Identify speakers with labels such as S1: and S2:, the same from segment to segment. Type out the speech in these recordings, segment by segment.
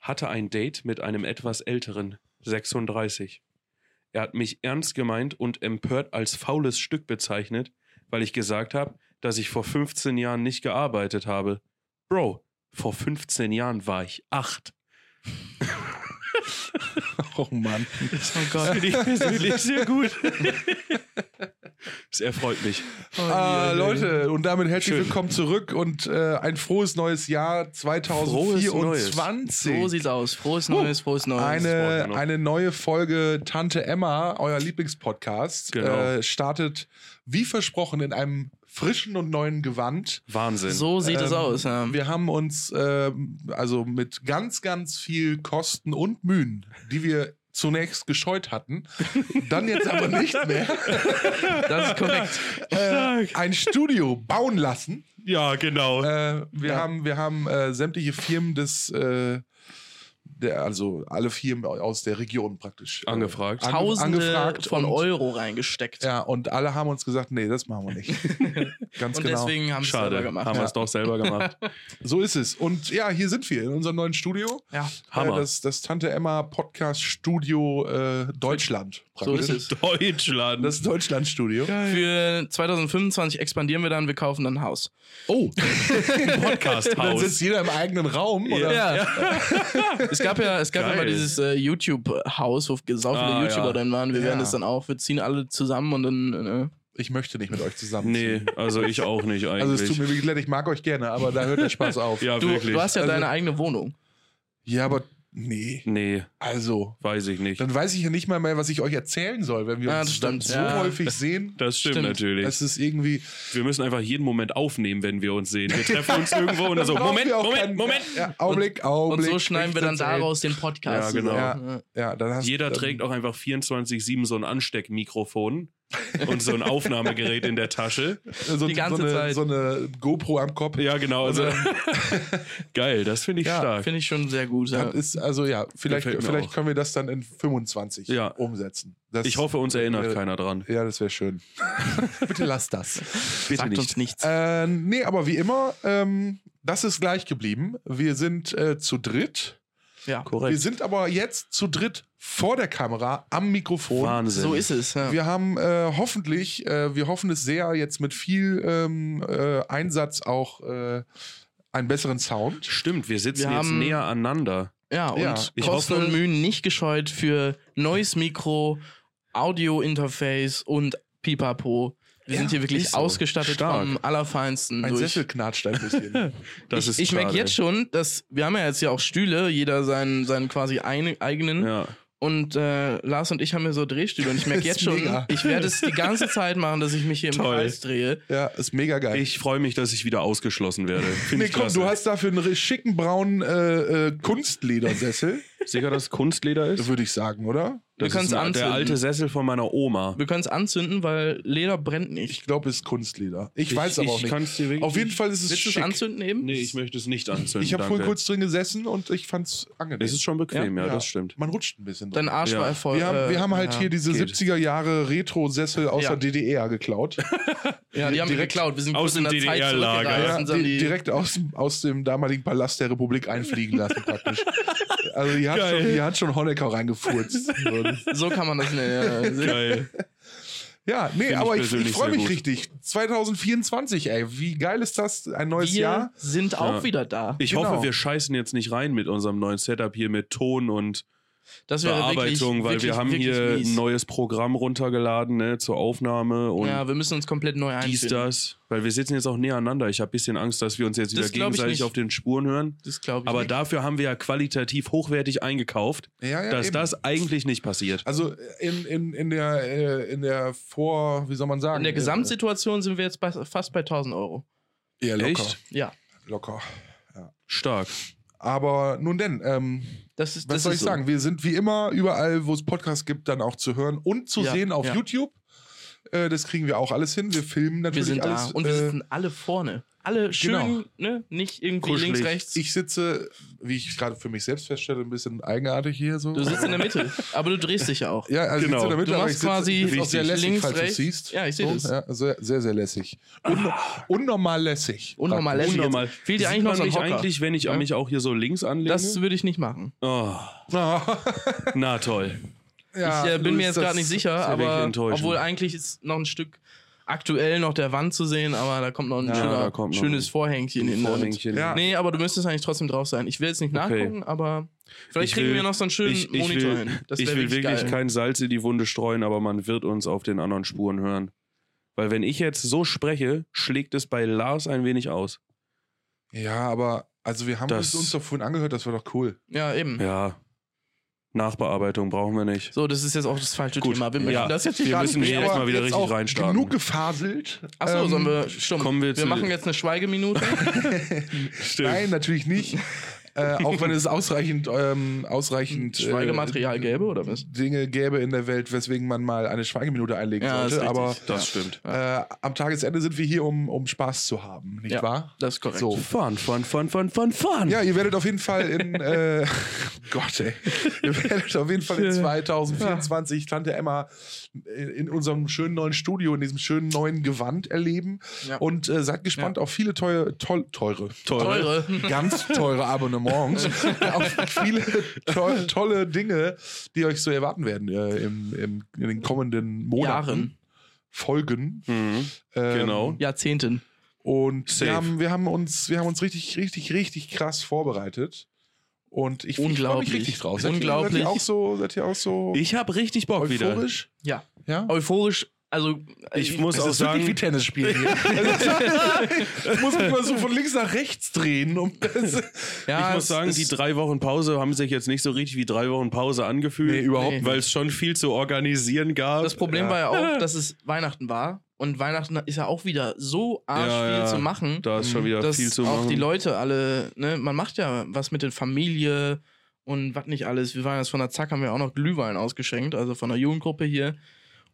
S1: hatte ein Date mit einem etwas älteren, 36. Er hat mich ernst gemeint und empört als faules Stück bezeichnet, weil ich gesagt habe, dass ich vor 15 Jahren nicht gearbeitet habe. Bro, vor 15 Jahren war ich acht.
S2: Oh Mann.
S1: Das finde ich persönlich sehr gut. Es erfreut mich.
S3: Oh
S2: Ah, Leute, und damit herzlich
S1: Schön.
S2: willkommen zurück und äh, ein frohes neues Jahr
S3: So
S2: 2024.
S3: sieht's aus. Frohes Neues, frohes Neues.
S2: Eine,
S1: noch.
S2: eine neue Folge Tante Emma, euer Lieblingspodcast,
S1: Genau.
S2: äh, startet wie versprochen in einem frischen und neuen Gewand.
S1: Wahnsinn.
S3: so sieht es
S2: Ähm,
S3: aus. Ja.
S2: Wir haben uns ähm, also mit ganz, ganz viel Kosten und Mühen, die wir zunächst gescheut hatten, dann jetzt aber nicht mehr,
S3: Das ist korrekt.
S2: äh, ein Studio bauen lassen.
S1: Ja, genau.
S2: Äh, wir
S3: Ja.
S2: haben, wir haben äh, sämtliche Firmen des, äh, der, also alle Firmen au- aus der Region praktisch. Äh,
S1: Angefragt.
S2: ange-
S3: Tausende
S2: angefragt
S3: von
S2: und,
S3: Euro reingesteckt.
S2: Ja, und alle haben uns gesagt, nee, das machen wir nicht. Ganz
S3: und
S2: genau.
S3: deswegen haben wir es selber
S1: Schade,
S3: gemacht.
S1: haben wir es doch selber gemacht.
S2: So ist es. Und ja, hier sind wir in unserem neuen Studio.
S3: ja.
S1: Hammer.
S2: Äh, Das, das Tante Emma Podcast Studio äh, Deutschland.
S3: So ist es.
S1: Deutschland.
S2: Das Deutschland Studio.
S3: Für 2025 expandieren wir dann, wir kaufen dann ein Haus.
S2: Oh, dann sitzt
S1: Podcast-Haus.
S2: jeder im eigenen Raum. Oder?
S3: Ja. es gab ja, es gab ja
S1: Geil.
S3: mal dieses äh, YouTube-Haus, wo sau viele
S1: Ah,
S3: YouTuber
S1: ja.
S3: drin waren. Wir
S2: Ja.
S3: werden das dann auch, wir ziehen alle zusammen und dann. äh,
S2: Ich möchte nicht mit euch zusammen.
S1: Nee, also ich auch nicht eigentlich.
S2: Also es tut mir wirklich leid, ich mag euch gerne, aber da hört der Spaß auf.
S1: ja,
S3: Äh, du,
S1: wirklich.
S3: du hast ja
S2: Also-
S3: deine eigene Wohnung.
S2: Ja, aber nee.
S1: nee,
S2: Also,
S1: weiß ich nicht.
S2: dann weiß ich ja nicht mal mehr, was ich euch erzählen soll, wenn wir
S3: Ja,
S2: uns
S3: das
S2: dann
S3: stimmt,
S2: so
S3: ja.
S2: häufig sehen.
S1: Das stimmt,
S3: Stimmt.
S1: natürlich.
S2: Es ist irgendwie.
S1: wir müssen einfach jeden Moment aufnehmen, wenn wir uns sehen. Wir treffen uns irgendwo und dann so,
S2: Brauchen
S1: Moment,
S2: wir auch
S1: Moment,
S2: keinen-
S1: Moment.
S2: Ja, Augenblick,
S3: Und
S2: Augenblick.
S3: so schneiden wir dann
S2: nichts erzählen.
S3: daraus den Podcast.
S1: Ja, genau.
S3: zusammen. Ja.
S2: Ja, dann hast äh,
S1: Jeder
S2: dann,
S1: trägt auch einfach 24-7 so ein Ansteckmikrofon und so ein Aufnahmegerät in der Tasche.
S2: so,
S3: die ganze
S2: so eine,
S3: Zeit.
S2: So eine GoPro am Kopf.
S1: Ja, genau. Also, geil, das finde ich
S2: Ja,
S1: stark.
S3: Finde ich schon sehr gut.
S2: Dann
S3: Ja.
S2: ist, also ja, vielleicht,
S1: Gefällt mir
S2: vielleicht
S1: auch.
S2: können wir das dann in 25
S1: Ja.
S2: umsetzen. Das, äh,
S1: Ich hoffe, uns erinnert keiner dran.
S2: Ja, das wäre schön. Bitte lass das.
S3: Sagt uns nichts.
S2: Äh, nee, aber wie immer, ähm, das ist gleich geblieben. Wir sind äh, zu dritt.
S3: ja.
S2: Wir
S1: Korrekt.
S2: sind aber jetzt zu dritt vor der Kamera am Mikrofon.
S1: Wahnsinn.
S3: So ist es. Ja.
S2: Wir haben äh, hoffentlich, äh, wir hoffen es sehr, jetzt mit viel ähm, äh, Einsatz auch äh, einen besseren Sound.
S1: Stimmt, wir sitzen
S3: Wir
S1: jetzt
S3: haben-
S1: näher aneinander.
S3: Ja, und
S2: Ja,
S1: ich
S3: Kosten
S1: hoffe-
S3: und Mühen nicht gescheut für neues Mikro, Audio-Interface und Pipapo. Wir
S2: Ja,
S3: sind hier wirklich
S1: ist so.
S3: ausgestattet
S1: Stark.
S3: vom Allerfeinsten.
S2: Mein
S3: durch.
S2: Sessel knatscht ein bisschen.
S1: Das
S3: ich
S1: ist
S3: ich merke
S1: schade.
S3: jetzt schon, dass wir haben ja jetzt ja auch Stühle, jeder seinen, seinen quasi ein, eigenen.
S1: Ja.
S3: Und äh, Lars und ich haben ja so Drehstühle. Und ich merke
S2: Ist
S3: jetzt schon,
S2: mega.
S3: ich werde es die ganze Zeit machen, dass ich mich hier im
S1: Toll.
S3: Kreis drehe.
S2: ja, ist mega geil.
S1: Ich freue mich, dass ich wieder ausgeschlossen werde. Find
S2: nee,
S1: ich
S2: komm,
S1: klasse.
S2: du hast dafür einen ri- schicken braunen äh, äh, Kunstledersessel,
S1: sicher, dass Kunstleder ist?
S2: würde ich sagen, oder?
S3: Wir
S1: Das
S3: können's
S1: ist ein, der
S3: anzünden.
S1: alte Sessel von meiner Oma.
S3: Wir können es anzünden, weil Leder brennt nicht.
S2: Ich glaube, es ist Kunstleder. Ich, weiß aber auch nicht.
S1: kann's dir wirklich
S2: Auf jeden Fall ist es
S3: Willst du es
S2: schick.
S3: anzünden eben?
S1: Nee, ich möchte es nicht anzünden.
S2: ich habe vorhin
S1: danke.
S2: kurz drin gesessen und ich fand's angenehm.
S1: Es ist schon bequem, ja, das stimmt.
S2: Man rutscht ein bisschen drin.
S3: Dein Arsch
S1: Ja.
S3: war voll.
S2: Wir haben,
S3: äh,
S2: wir haben halt
S3: ja.
S2: hier diese
S1: geht.
S2: 70er Jahre Retro-Sessel aus der
S3: Ja.
S2: DDR geklaut.
S3: Ja, die haben wir
S2: direkt
S3: geklaut. Wir sind
S1: aus
S3: kurz in
S1: dem
S3: der Zeit
S1: DDR-Lager.
S3: zurückgereist
S2: ja,
S3: und haben
S2: di
S3: die-
S2: direkt aus, dem- aus dem damaligen Palast der Republik einfliegen lassen, praktisch. Also die hat,
S1: Geil.
S2: schon, die hat schon Honecker reingefurzt.
S3: So kann man das nennen. Ja.
S1: Geil.
S2: ja, nee,
S1: ich
S2: aber ich, ich,
S1: persönlich
S2: freue
S1: sehr
S2: mich
S1: gut.
S2: richtig. 2024, ey, wie geil ist das? Ein neues
S3: Wir
S2: Jahr.
S3: sind auch
S1: Ja.
S3: wieder da.
S1: Ich
S2: Genau.
S1: hoffe, wir scheißen jetzt nicht rein mit unserem neuen Setup hier mit Ton und
S3: Das wäre wirklich,
S1: Bearbeitung, weil
S3: wirklich,
S1: wir haben
S3: wirklich
S1: hier
S3: mies.
S1: ein neues Programm runtergeladen ne, zur Aufnahme und
S3: Ja, wir müssen uns komplett neu
S1: dies,
S3: einstellen.
S1: das. Weil wir sitzen jetzt auch näher aneinander. Ich habe ein bisschen Angst, dass wir uns jetzt wieder
S3: Das glaub ich
S1: gegenseitig
S3: nicht.
S1: auf den Spuren hören.
S3: Das glaube ich
S1: Aber
S3: nicht.
S1: dafür haben wir ja qualitativ hochwertig eingekauft,
S2: Ja, ja,
S1: dass
S2: eben.
S1: das eigentlich nicht passiert.
S2: Also in, in, in, der, äh, in der Vor, wie soll man sagen?
S3: In der Gesamtsituation sind wir jetzt bei, fast bei 1000 Euro.
S2: Ja, locker.
S1: Echt?
S3: Ja,
S2: Locker.
S1: Stark.
S2: Aber nun denn, ähm,
S3: das ist
S2: was
S3: das
S2: soll
S3: ist
S2: ich
S3: so.
S2: sagen? Wir sind wie immer überall, wo es Podcasts gibt, dann auch zu hören und zu
S3: Ja,
S2: sehen auf
S3: ja.
S2: YouTube. Äh, das kriegen wir auch alles hin. Wir filmen
S3: Wir
S2: natürlich
S3: sind da
S2: alles.
S3: und wir
S2: äh, genau.
S3: sitzen alle vorne. alle schön, ne? Nicht irgendwie
S1: Kuschelig.
S3: links, rechts.
S2: Äh, Ich sitze, wie ich gerade für mich selbst feststelle, ein bisschen eigenartig hier so.
S3: du sitzt in der Mitte, aber du drehst dich ja auch.
S2: ja, also
S1: Genau.
S2: ich sitze in der Mitte,
S3: Du
S2: aber
S3: machst
S2: ich sitze,
S3: quasi
S2: ist auch sehr
S3: richtig
S2: lässig,
S3: links,
S2: falls
S3: rechts.
S2: du siehst.
S3: Ja, ich seh das.
S2: Ja, sehr, sehr, sehr lässig. Un unnormal lässig.
S3: Unnormal lässig.
S1: Unnormal.
S3: Fehlt dir
S1: Sieht
S3: eigentlich noch
S1: man
S3: so ein
S1: mich
S3: Hocker?
S1: eigentlich, wenn ich
S3: Ja.
S1: mich auch hier so links anlege?
S3: Das würde ich nicht machen.
S1: oh,
S2: Ja,
S1: na toll.
S3: ich äh, bin
S2: Luis,
S3: mir jetzt
S2: das-
S3: gerade nicht sicher,
S1: sehr
S3: aber
S1: enttäuschend.
S3: obwohl eigentlich ist noch ein Stück aktuell noch der Wand zu sehen, aber da kommt noch ein
S1: Ja, da
S3: schöner,
S1: kommt noch
S3: schönes Vorhängchen in der Hand.
S1: Vorhängchen.
S2: Ja.
S3: Nee, aber du müsstest eigentlich trotzdem drauf sein. Ich will jetzt nicht
S1: Okay.
S3: nachgucken, aber vielleicht
S1: Ich
S3: kriegen
S1: will-
S3: wir noch so einen schönen
S1: Ich, ich
S3: Monitor
S1: will,
S3: hin. Das
S1: ich
S3: wär
S1: will wirklich
S3: geil.
S1: kein Salz in die Wunde streuen, aber man wird uns auf den anderen Spuren hören. Weil wenn ich jetzt so spreche, schlägt es bei Lars ein wenig aus.
S2: Ja, aber also wir haben
S1: Das-
S2: es uns doch vorhin angehört, das war doch cool.
S3: Ja, eben.
S1: Ja. Nachbearbeitung brauchen wir nicht.
S3: So, das ist jetzt auch das falsche
S1: Gut.
S3: Thema. Wir möchten
S1: Ja.
S3: das jetzt nicht
S1: Wir müssen
S3: ansprechen.
S1: hier
S2: aber
S1: erstmal wieder
S2: jetzt
S1: richtig
S2: auch
S1: reinstarten.
S2: Genug gefaselt.
S3: Achso,
S2: Ähm,
S3: sollen wir stumm.
S1: kommen wir zu-
S3: machen jetzt eine Schweigeminute.
S1: Stimmt.
S2: Nein, natürlich nicht. äh, auch wenn es ausreichend, ähm, ausreichend
S3: Schweigematerial gäbe, oder was?
S2: Dinge gäbe in der Welt, weswegen man mal eine Schweigeminute einlegen
S3: Ja,
S2: sollte.
S3: ist
S2: Aber
S3: richtig.
S1: Das stimmt.
S2: äh, am Tagesende sind wir hier, um, um Spaß zu haben, nicht
S3: Ja.
S2: wahr?
S3: Das ist korrekt.
S2: So.
S1: Fun, fun, fun, fun, fun, fun.
S2: Ja, ihr werdet auf jeden Fall in äh, Gott, ey. Ihr werdet auf jeden Fall in 2024 Tante Emma in, in unserem schönen neuen Studio, in diesem schönen neuen Gewand erleben.
S3: Ja.
S2: Und äh, seid gespannt auf viele teure, toll, teure,
S3: Teure.
S2: ganz teure Abonnements, auf viele toll, tolle Dinge, die euch so erwarten werden äh, im, im, in den kommenden Monaten.
S3: Jahren.
S2: Folgen.
S1: Mhm.
S2: Ähm,
S1: Genau.
S3: Jahrzehnten.
S2: Und
S1: Safe.
S2: wir haben, wir, haben uns, wir haben uns richtig, richtig, richtig krass vorbereitet. Und ich, ich freue mich
S3: Unglaublich.
S2: richtig drauf. Seid ihr- Seid
S3: Unglaublich.
S2: ihr auch so, seid ihr auch so
S1: Ich habe richtig Bock wieder.
S2: euphorisch?
S3: Ja.
S2: Ja?
S3: Euphorisch, also.
S1: Ich muss
S2: Es
S1: auch
S2: ist wirklich wie
S1: sagen,
S2: Tennis spielen hier. ich muss mich mal so von links nach rechts drehen. Um das
S3: ja,
S1: ich muss
S3: es
S1: sagen,
S3: ist-
S1: die drei Wochen Pause haben sich jetzt nicht so richtig wie drei Wochen Pause angefühlt.
S2: Nee, überhaupt
S3: Nee. nicht.
S1: Weil es schon viel zu organisieren gab.
S3: Das Problem
S2: Ja.
S3: war ja auch, dass es Weihnachten war. Und Weihnachten ist ja auch wieder so arsch
S1: Ja,
S3: viel
S1: ja.
S3: zu machen,
S1: da ist schon wieder
S3: dass
S1: viel zu
S3: auch
S1: machen.
S3: die Leute alle, ne, man macht ja was mit der Familie und was nicht alles. Wir waren jetzt von der Zack, haben wir auch noch Glühwein ausgeschenkt, also von der Jugendgruppe hier.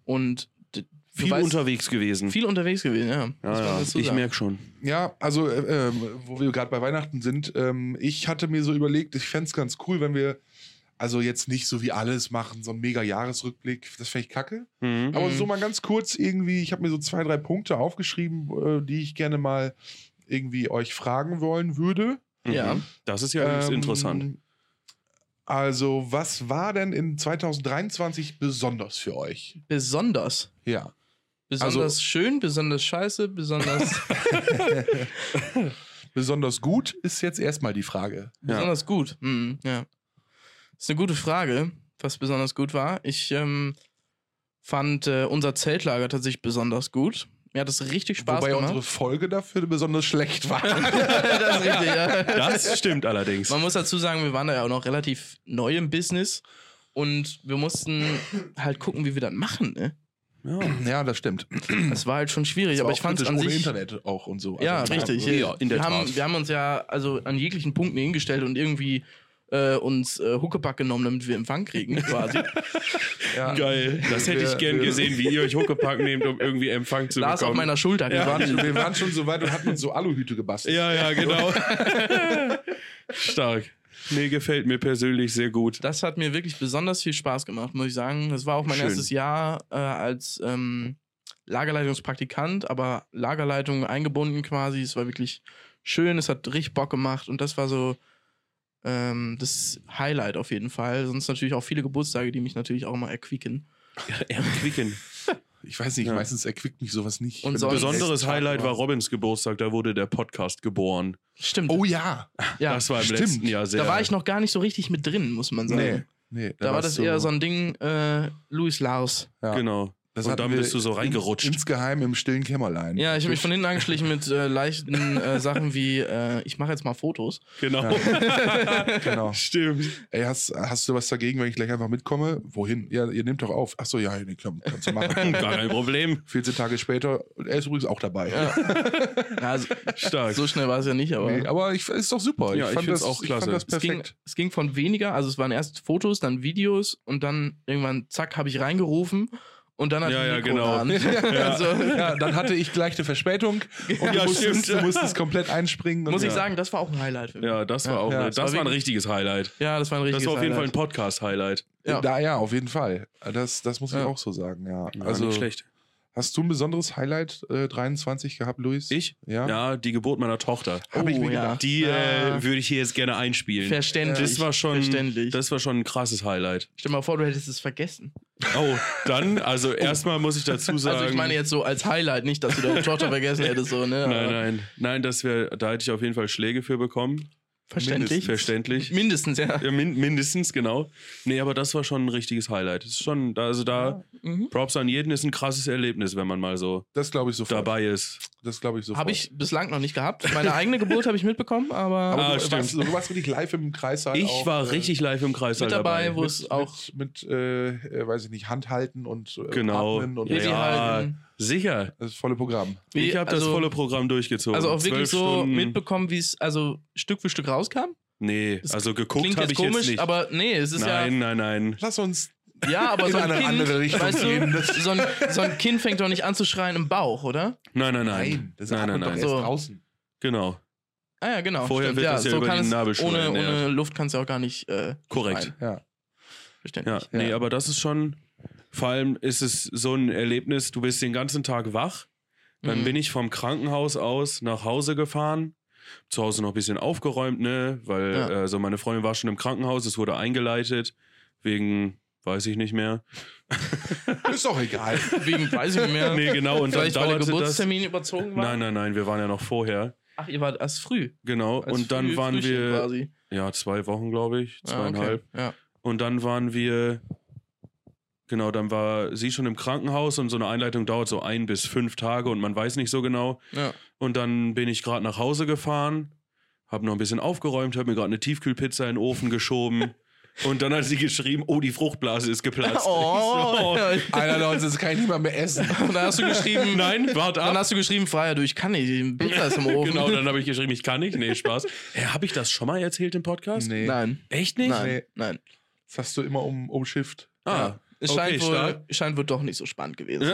S3: Und d- du
S1: viel
S3: weißt,
S1: unterwegs gewesen.
S3: viel unterwegs gewesen, ja. Muss man
S1: ja, ja.
S3: dazu
S1: Ich
S3: sagen.
S1: merke schon.
S2: Ja, also äh, ähm, wo wir gerade bei Weihnachten sind, ähm, ich hatte mir so überlegt, ich fänd's ganz cool, wenn wir also jetzt nicht so wie alles machen, so einen mega Jahresrückblick, das fände ich kacke.
S1: Mhm.
S2: Aber
S3: Mhm.
S2: so mal ganz kurz irgendwie, ich habe mir so zwei, drei Punkte aufgeschrieben, äh, die ich gerne mal irgendwie euch fragen wollen würde.
S3: Ja.
S1: Mhm. Das ist ja
S2: Ähm,
S1: interessant.
S2: Also, was war denn in 2023 besonders für euch?
S3: Besonders.
S2: Ja.
S3: Besonders
S1: Also-
S3: schön, besonders scheiße, besonders,
S2: Besonders gut ist jetzt erstmal die Frage.
S3: besonders gut. Mhm, ja. Ist eine gute Frage, was besonders gut war. Ich ähm, fand äh, unser Zeltlager tatsächlich besonders gut. Mir hat es richtig Spaß
S2: Wobei
S3: gemacht.
S2: unsere Folge dafür besonders schlecht war.
S3: das ist richtig, ja.
S1: Das stimmt allerdings.
S3: Man muss dazu sagen, wir waren da ja auch noch relativ neu im Business und wir mussten halt gucken, wie wir das machen. Ne?
S1: Ja.
S2: Ja, das stimmt.
S3: Das war halt schon schwierig,
S2: Das
S3: aber
S2: war
S3: ich
S2: auch
S3: fand es
S2: kritisch
S3: an
S2: ohne
S3: sich.
S2: Internet auch und so.
S3: Ja,
S2: Also,
S3: richtig.
S2: also,
S1: ja, in der
S3: wir,
S1: Tat.
S3: Haben, wir haben uns ja also an jeglichen Punkten hingestellt und irgendwie äh, uns äh, Huckepack genommen, damit wir Empfang kriegen quasi.
S2: ja.
S1: Geil. Das hätte ich
S2: Wir-
S1: gern
S2: wir-
S1: gesehen, wie ihr euch Huckepack nehmt, um irgendwie Empfang zu
S3: Lars auf
S1: bekommen.
S3: meiner Schulter.
S2: Wir,
S3: gesessen.
S2: waren, wir waren schon so weit und hatten uns so Aluhüte gebastelt.
S1: ja, ja, genau. Stark. Nee, gefällt mir persönlich sehr gut.
S3: Das hat mir wirklich besonders viel Spaß gemacht, muss ich sagen. Das war auch mein
S1: Schön.
S3: erstes Jahr äh, als ähm, Lagerleitungspraktikant, aber Lagerleitung eingebunden quasi. Es war wirklich schön, es hat richtig Bock gemacht und das war so ähm, das Highlight auf jeden Fall. Sonst natürlich auch viele Geburtstage, die mich natürlich auch mal erquicken.
S1: Erquicken.
S2: Ich weiß nicht,
S1: Ja.
S2: meistens erquickt mich sowas nicht.
S3: Und
S2: Wenn
S3: sonst-
S2: du-
S1: Besonderes
S3: Extra
S1: Highlight war
S3: gemacht.
S1: Robins Geburtstag, da wurde der Podcast geboren.
S3: Stimmt.
S2: Oh ja.
S3: ja.
S1: das war im
S2: stimmt.
S1: letzten Jahr sehr.
S3: da war ich noch gar nicht so richtig mit drin, muss man sagen.
S2: Nee. nee
S3: Da, war
S2: warst
S3: das
S2: du-
S3: eher so ein Ding, äh, Louis Lars.
S2: Ja.
S1: Genau.
S2: Das
S1: Und
S2: hatten
S1: dann
S2: wir
S1: bist du so
S2: ins-
S1: reingerutscht.
S2: Insgeheim im stillen Kämmerlein.
S3: Ja, ich habe mich von hinten angeschlichen mit äh, leichten äh, Sachen wie, äh, ich mache jetzt mal Fotos.
S1: Genau.
S2: Genau.
S1: Stimmt.
S2: Ey, hast, hast du was dagegen, wenn ich gleich einfach mitkomme? Wohin? Ja, ihr nehmt doch auf. Achso, ja, nee, komm, kannst du machen.
S1: Gar kein Problem.
S2: 14 Tage später. Und er ist übrigens auch dabei.
S3: Ja, also, so,
S1: Stark.
S3: so schnell war es ja nicht, aber
S2: Nee, aber ich, ist doch super.
S1: Ja, ich find's
S2: das
S1: auch
S2: Ich
S1: klasse.
S2: fand das
S3: es, ging,
S2: perfekt.
S3: es ging von weniger, also es waren erst Fotos, dann Videos und dann irgendwann, zack, habe ich reingerufen Und dann hat
S1: Ja,
S3: die
S1: ja,
S3: Mikro
S1: genau.
S3: an.
S2: Ja.
S3: Also,
S2: Ja, dann hatte ich gleich eine Verspätung und
S1: Ja,
S2: du, musstest,
S1: stimmt.
S2: du musstest komplett einspringen. Und
S3: muss ich
S2: ja.
S3: sagen, das war auch ein Highlight für mich.
S1: genau. Ja, das war
S3: Ja,
S1: auch,
S2: ja,
S1: ne,
S2: das
S1: das,
S3: war
S1: war ein
S3: wirklich-
S1: richtiges Highlight.
S3: Ja, das war ein
S1: Das
S3: richtiges
S1: war auf jeden Fall ein
S3: Highlight.
S1: Podcast-Highlight.
S3: Ja.
S2: Da, ja, auf jeden Fall. Das, das muss ich
S3: Ja.
S2: auch so sagen, ja.
S1: Ja,
S2: also,
S1: nicht schlecht.
S2: hast du ein besonderes Highlight äh, 23 gehabt, Luis?
S1: Ich?
S2: Ja.
S1: Ja, die Geburt meiner Tochter.
S2: Hab ich
S3: Oh,
S2: mir
S3: ja.
S2: gedacht.
S1: Die
S3: Ah.
S1: äh, würde ich hier jetzt gerne einspielen.
S3: Verständlich.
S1: Das war schon,
S3: Verständlich.
S1: das war schon ein krasses Highlight.
S3: Stell dir mal vor, du hättest es vergessen.
S1: Oh, dann, also erstmal muss ich dazu sagen.
S3: Also ich meine jetzt so als Highlight, nicht, dass du deine Tochter vergessen hättest, so, ne?
S1: Nein,
S3: aber
S1: nein, nein, das wär, da hätte ich auf jeden Fall Schläge für bekommen.
S3: Verständlich.
S1: Verständlich.
S3: Mindestens, ja.
S1: Ja, min mindestens, genau. Nee, aber das war schon ein richtiges Highlight. Das ist schon, da- also da,
S3: Mhm.
S1: Props an jeden ist ein krasses Erlebnis, wenn man mal so
S2: Das glaube ich sofort.
S1: dabei ist.
S2: Das glaube ich sofort.
S3: Habe ich bislang noch nicht gehabt. Meine eigene Geburt habe ich mitbekommen, aber,
S2: Aber
S1: Ah,
S2: du,
S1: stimmt.
S2: warst, du warst wirklich live im Kreis.
S1: Ich war richtig live im Kreis
S3: äh,
S1: halt
S3: mit dabei,
S1: dabei.
S3: wo es auch
S2: mit, äh, äh, weiß ich nicht, Handhalten und äh,
S1: Genau.
S2: Atmen und
S1: Ja,
S3: Baby halten.
S1: Sicher.
S2: das volle Programm.
S3: Wie-
S1: Ich habe
S3: also-
S1: das volle Programm durchgezogen.
S3: Also auch wirklich
S1: Zwölf
S3: so
S1: Stunden.
S3: mitbekommen, wie es also Stück für Stück rauskam.
S1: Nee,
S3: Das
S1: also geguckt
S3: Klingt
S1: habe
S3: jetzt
S1: ich jetzt
S3: komisch,
S1: nicht.
S3: aber nee, es ist
S1: nein, nein, nein.
S2: Lass uns
S3: ja. Ja, aber
S2: in
S3: so ein
S2: eine
S3: Kind.
S2: andere Richtung
S3: weißt
S2: gehen.
S3: du, so ein, so ein Kind fängt doch nicht an zu schreien im Bauch, oder?
S1: Nein, nein, nein.
S2: das
S1: nein, nein,
S2: atmet doch
S1: nein.
S2: erst
S3: So.
S2: draußen.
S1: Genau.
S3: Ah ja, genau.
S1: Vorher wird das ja über
S3: kann
S1: die
S3: es-
S1: Nabelschnur
S3: ohne,
S1: ernährt.
S3: ohne Luft kannst du ja auch gar nicht. Äh,
S1: Korrekt.
S3: schreien.
S2: Ja.
S1: Ja,
S3: Verständlich.
S1: nee,
S2: Ja.
S1: aber das ist schon, vor allem ist es so ein Erlebnis, du bist den ganzen Tag wach, dann
S3: Mhm.
S1: bin ich vom Krankenhaus aus nach Hause gefahren, zu Hause noch ein bisschen aufgeräumt, ne, weil
S3: Ja.
S1: also meine Freundin war schon im Krankenhaus, es wurde eingeleitet, wegen, weiß ich nicht mehr.
S2: Ist doch egal.
S3: Wegen, weiß ich nicht mehr.
S1: Nee, genau, und dann
S3: Vielleicht weil der
S1: dauerte das...
S3: Geburtstermin überzogen war?
S1: Nein, nein, nein, wir waren ja noch vorher.
S3: Ach, ihr wart erst früh.
S1: Genau,
S3: Als
S1: und dann
S3: früh-
S1: waren
S3: Frühchen
S1: wir,
S3: Quasi.
S1: ja, zwei Wochen, glaube ich,
S3: Ah, okay.
S1: zweieinhalb.
S3: Ja.
S1: Und dann waren wir, genau, dann war sie schon im Krankenhaus und so eine Einleitung dauert so ein bis fünf Tage und man weiß nicht so genau.
S3: ja.
S1: Und dann bin ich gerade nach Hause gefahren, habe noch ein bisschen aufgeräumt, habe mir gerade eine Tiefkühlpizza in den Ofen geschoben. und dann hat sie geschrieben, oh, die Fruchtblase ist geplatzt.
S3: Oh,
S1: Ich so,
S2: Einer der uns, das kann ich nicht mal mehr essen.
S3: Und dann hast du geschrieben,
S1: Nein, warte
S3: dann
S1: ab.
S3: hast du geschrieben, Freier, du, ich kann nicht, die Pizza ist im Ofen.
S1: Genau, dann habe ich geschrieben, ich kann nicht. Nee, Spaß. Hä, habe ich das schon mal erzählt im Podcast?
S2: Nee.
S3: Nein,
S1: Echt nicht?
S3: nein,
S2: Nee.
S3: nein.
S2: Das hast du immer um, umschifft.
S1: Ah,
S3: Ja. Es
S1: okay,
S3: scheint, wohl,
S1: stark.
S3: scheint wohl doch nicht so spannend gewesen.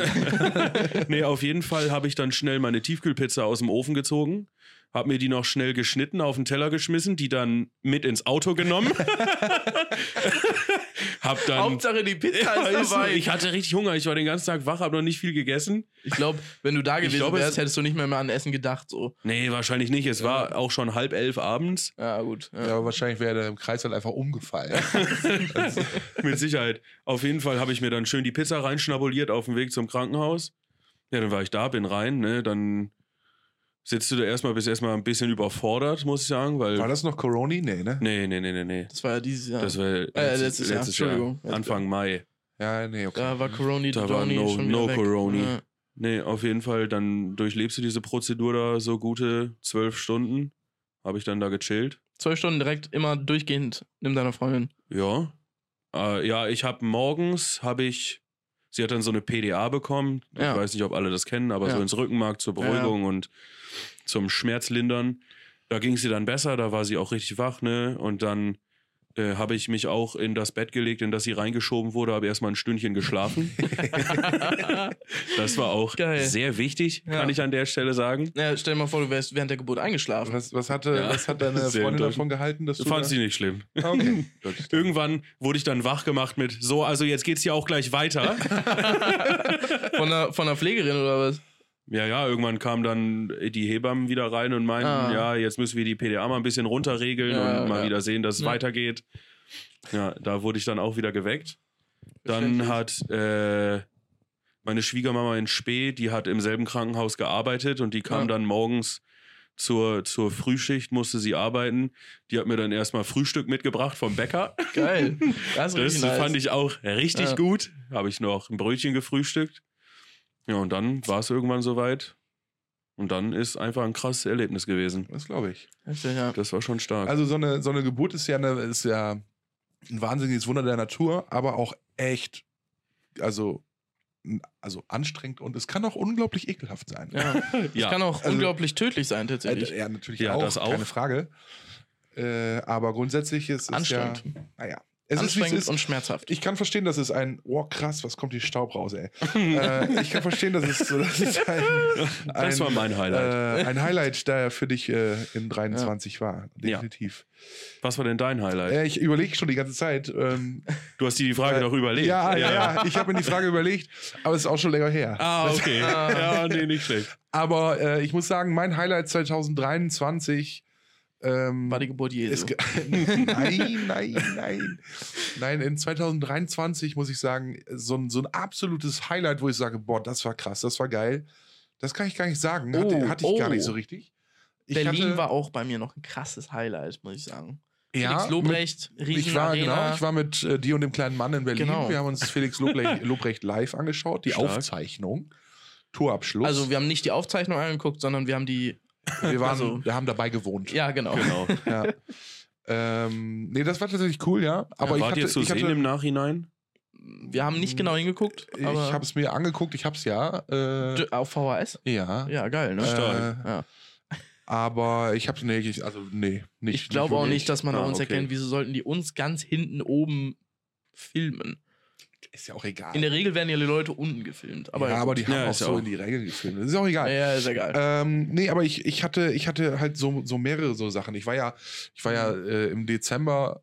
S1: nee, auf jeden Fall habe ich dann schnell meine Tiefkühlpizza aus dem Ofen gezogen, habe mir die noch schnell geschnitten, auf den Teller geschmissen, die dann mit ins Auto genommen. hab dann.
S3: Hauptsache die Pizza ist
S1: Weißt du,
S3: dabei.
S1: ich hatte richtig Hunger, ich war den ganzen Tag wach, habe noch nicht viel gegessen.
S3: Ich glaube, wenn du da
S1: Ich
S3: gewesen
S1: glaub, es-
S3: wärst, hättest du nicht mehr, mehr an Essen gedacht. So.
S1: Nee, wahrscheinlich nicht. Es war auch schon halb elf abends,
S3: Ja, gut.
S2: Ja, aber wahrscheinlich wäre der im Kreis halt einfach umgefallen.
S1: mit Sicherheit. Auf jeden Fall habe ich mir dann schön die Pizza reinschnabuliert auf dem Weg zum Krankenhaus. Ja, dann war ich da, bin rein, ne? Dann sitzt du da erstmal, bist erstmal ein bisschen überfordert, muss ich sagen, weil.
S2: War das noch Coroni? Nee, ne?
S1: Nee, nee, nee, nee, nee.
S3: Das war ja dieses Jahr.
S1: Das war
S3: letztes Jahr, Entschuldigung.
S1: Anfang Mai.
S2: Ja, nee, okay.
S3: da war Coroni,
S1: Da war
S3: Droni
S1: no-
S3: schon wieder
S1: no
S3: weg.
S1: Coroni.
S3: Ja.
S1: Nee, auf jeden Fall, dann durchlebst du diese Prozedur da so gute zwölf Stunden. Habe ich dann da gechillt.
S3: Zwölf Stunden direkt immer durchgehend. Nimm deiner Freundin.
S1: Ja. Äh, ja, ich habe morgens, habe ich, sie hat dann so eine PDA bekommen.
S3: Ja.
S1: Ich weiß nicht, ob alle das kennen, aber
S3: Ja.
S1: so ins Rückenmark zur Beruhigung und zum Schmerzlindern. Da ging es ihr dann besser, da war sie auch richtig wach, ne? Und dann äh, habe ich mich auch in das Bett gelegt, in das sie reingeschoben wurde, habe erstmal ein Stündchen geschlafen. Das war auch
S3: Geil.
S1: sehr wichtig,
S3: Ja.
S1: kann ich an der Stelle sagen.
S3: Ja, stell dir mal vor, du wärst während der Geburt eingeschlafen.
S2: Was, was, hatte,
S1: Ja.
S2: was hat deine
S1: Sehr
S2: Freundin
S1: enttäuschend.
S2: davon gehalten? Dass
S1: Das
S2: du
S1: fand
S2: da-
S1: sie nicht schlimm.
S2: Ah, okay. Gut.
S1: Irgendwann wurde ich dann wach gemacht mit, so, also jetzt geht's ja auch gleich weiter.
S3: Von der, von der Pflegerin oder was?
S1: ja, ja, irgendwann kamen dann die Hebammen wieder rein und meinten,
S3: Ah.
S1: ja, jetzt müssen wir die PDA mal ein bisschen runterregeln
S3: Ja,
S1: und mal
S3: ja.
S1: wieder sehen, dass es
S3: Ja.
S1: weitergeht. Ja, da wurde ich dann auch wieder geweckt. Dann
S3: Verständlich.
S1: hat äh, meine Schwiegermama in Spee, die hat im selben Krankenhaus gearbeitet und die kam
S3: Ja.
S1: dann morgens zur, zur Frühschicht, musste sie arbeiten. Die hat mir dann erstmal Frühstück mitgebracht vom Bäcker.
S3: Geil.
S1: Das
S3: Das, ist richtig nice.
S1: fand ich auch richtig
S3: Ja.
S1: gut. Habe ich noch ein Brötchen gefrühstückt. Ja, und dann war es irgendwann soweit. Und dann ist einfach ein krasses Erlebnis gewesen.
S2: Das glaube ich.
S3: Heftig, ja.
S1: Das war schon stark.
S2: Also so eine, so eine Geburt ist ja, eine, ist ja ein wahnsinniges Wunder der Natur, aber auch echt, also, n- also anstrengend und es kann auch unglaublich ekelhaft sein.
S3: Ja. Das kann auch
S2: Also-
S3: unglaublich tödlich sein, tatsächlich.
S2: Äh, ja natürlich
S1: Ja,
S2: auch,
S1: das auch.
S2: keine Frage. Äh, aber grundsätzlich ist es ja,
S3: Anstrengend.
S2: naja, Es ist, wie es
S3: anstrengend
S2: ist.
S3: und schmerzhaft.
S2: Ich kann verstehen, dass es ein, wow, krass, was kommt hier Staub raus, ey. äh, ich kann verstehen, dass es, dass es ein,
S1: Das
S2: ein,
S1: war mein Highlight.
S2: äh, ein Highlight da für dich äh, in 23 war.
S1: Ja.
S2: Definitiv.
S1: Was war denn dein Highlight?
S2: Äh, ich überlege schon die ganze Zeit. Ähm,
S1: Du hast dir die Frage
S2: äh,
S1: doch überlegt.
S2: Ja, ja, ja. Ich habe mir die Frage überlegt, aber es ist auch schon länger her.
S1: Ah, okay. ja, nee, nicht schlecht.
S2: Aber äh, ich muss sagen, mein Highlight 2023 ähm,
S3: War die Geburt
S2: es
S3: Jesu.
S2: ge- nein, nein, nein. Nein, in 2023 muss ich sagen, so ein, so ein absolutes Highlight, wo ich sage, boah, das war krass, das war geil. Das kann ich gar nicht sagen. Hatte,
S3: Oh,
S2: hatte ich gar
S3: oh.
S2: nicht so richtig. Ich
S3: Berlin
S2: hatte,
S3: war auch bei mir noch ein krasses Highlight, muss ich sagen.
S2: ja,
S3: Felix Lobrecht,
S2: mit,
S3: Riesen
S2: ich war,
S3: Arena.
S2: genau, ich war mit äh, dir und dem kleinen Mann in Berlin.
S3: Genau.
S2: Wir haben uns Felix Lobrecht, Lobrecht live angeschaut, die
S1: Stark.
S2: Aufzeichnung. Tourabschluss.
S3: also wir haben nicht die Aufzeichnung angeguckt, sondern wir haben die.
S2: wir, waren,
S3: also-
S2: wir haben dabei gewohnt.
S3: Ja, genau.
S1: Genau.
S2: Ja. ähm, nee, das war tatsächlich cool, ja.
S1: Wart
S2: Aber ich hatte,
S1: ihr zu
S2: ich
S1: sehen
S2: hatte,
S1: im Nachhinein?
S3: Wir haben nicht genau hingeguckt,
S2: ich
S3: aber
S2: habe es mir angeguckt, ich hab's ja. Äh,
S3: D- auf VHS.
S2: ja.
S3: Ja, geil, ne?
S2: Äh,
S1: Stark.
S3: ja.
S2: aber ich hab's nee, ich, also nee, nicht.
S3: Ich glaube auch
S2: wirklich.
S3: nicht, dass man
S1: Ah,
S3: an uns
S1: okay.
S3: erkennt, wieso sollten die uns ganz hinten oben filmen.
S2: Ist ja auch egal.
S3: In der Regel werden ja die Leute unten gefilmt. Aber,
S2: ja, aber die haben
S1: Ja,
S2: auch
S1: ist
S2: so
S1: ja auch-
S2: in die Regeln gefilmt. Das ist auch egal.
S3: Ja, ist egal.
S2: Ähm, nee, aber ich, ich, hatte, ich hatte halt so, so mehrere so Sachen. Ich war ja, ich war ja äh, im Dezember,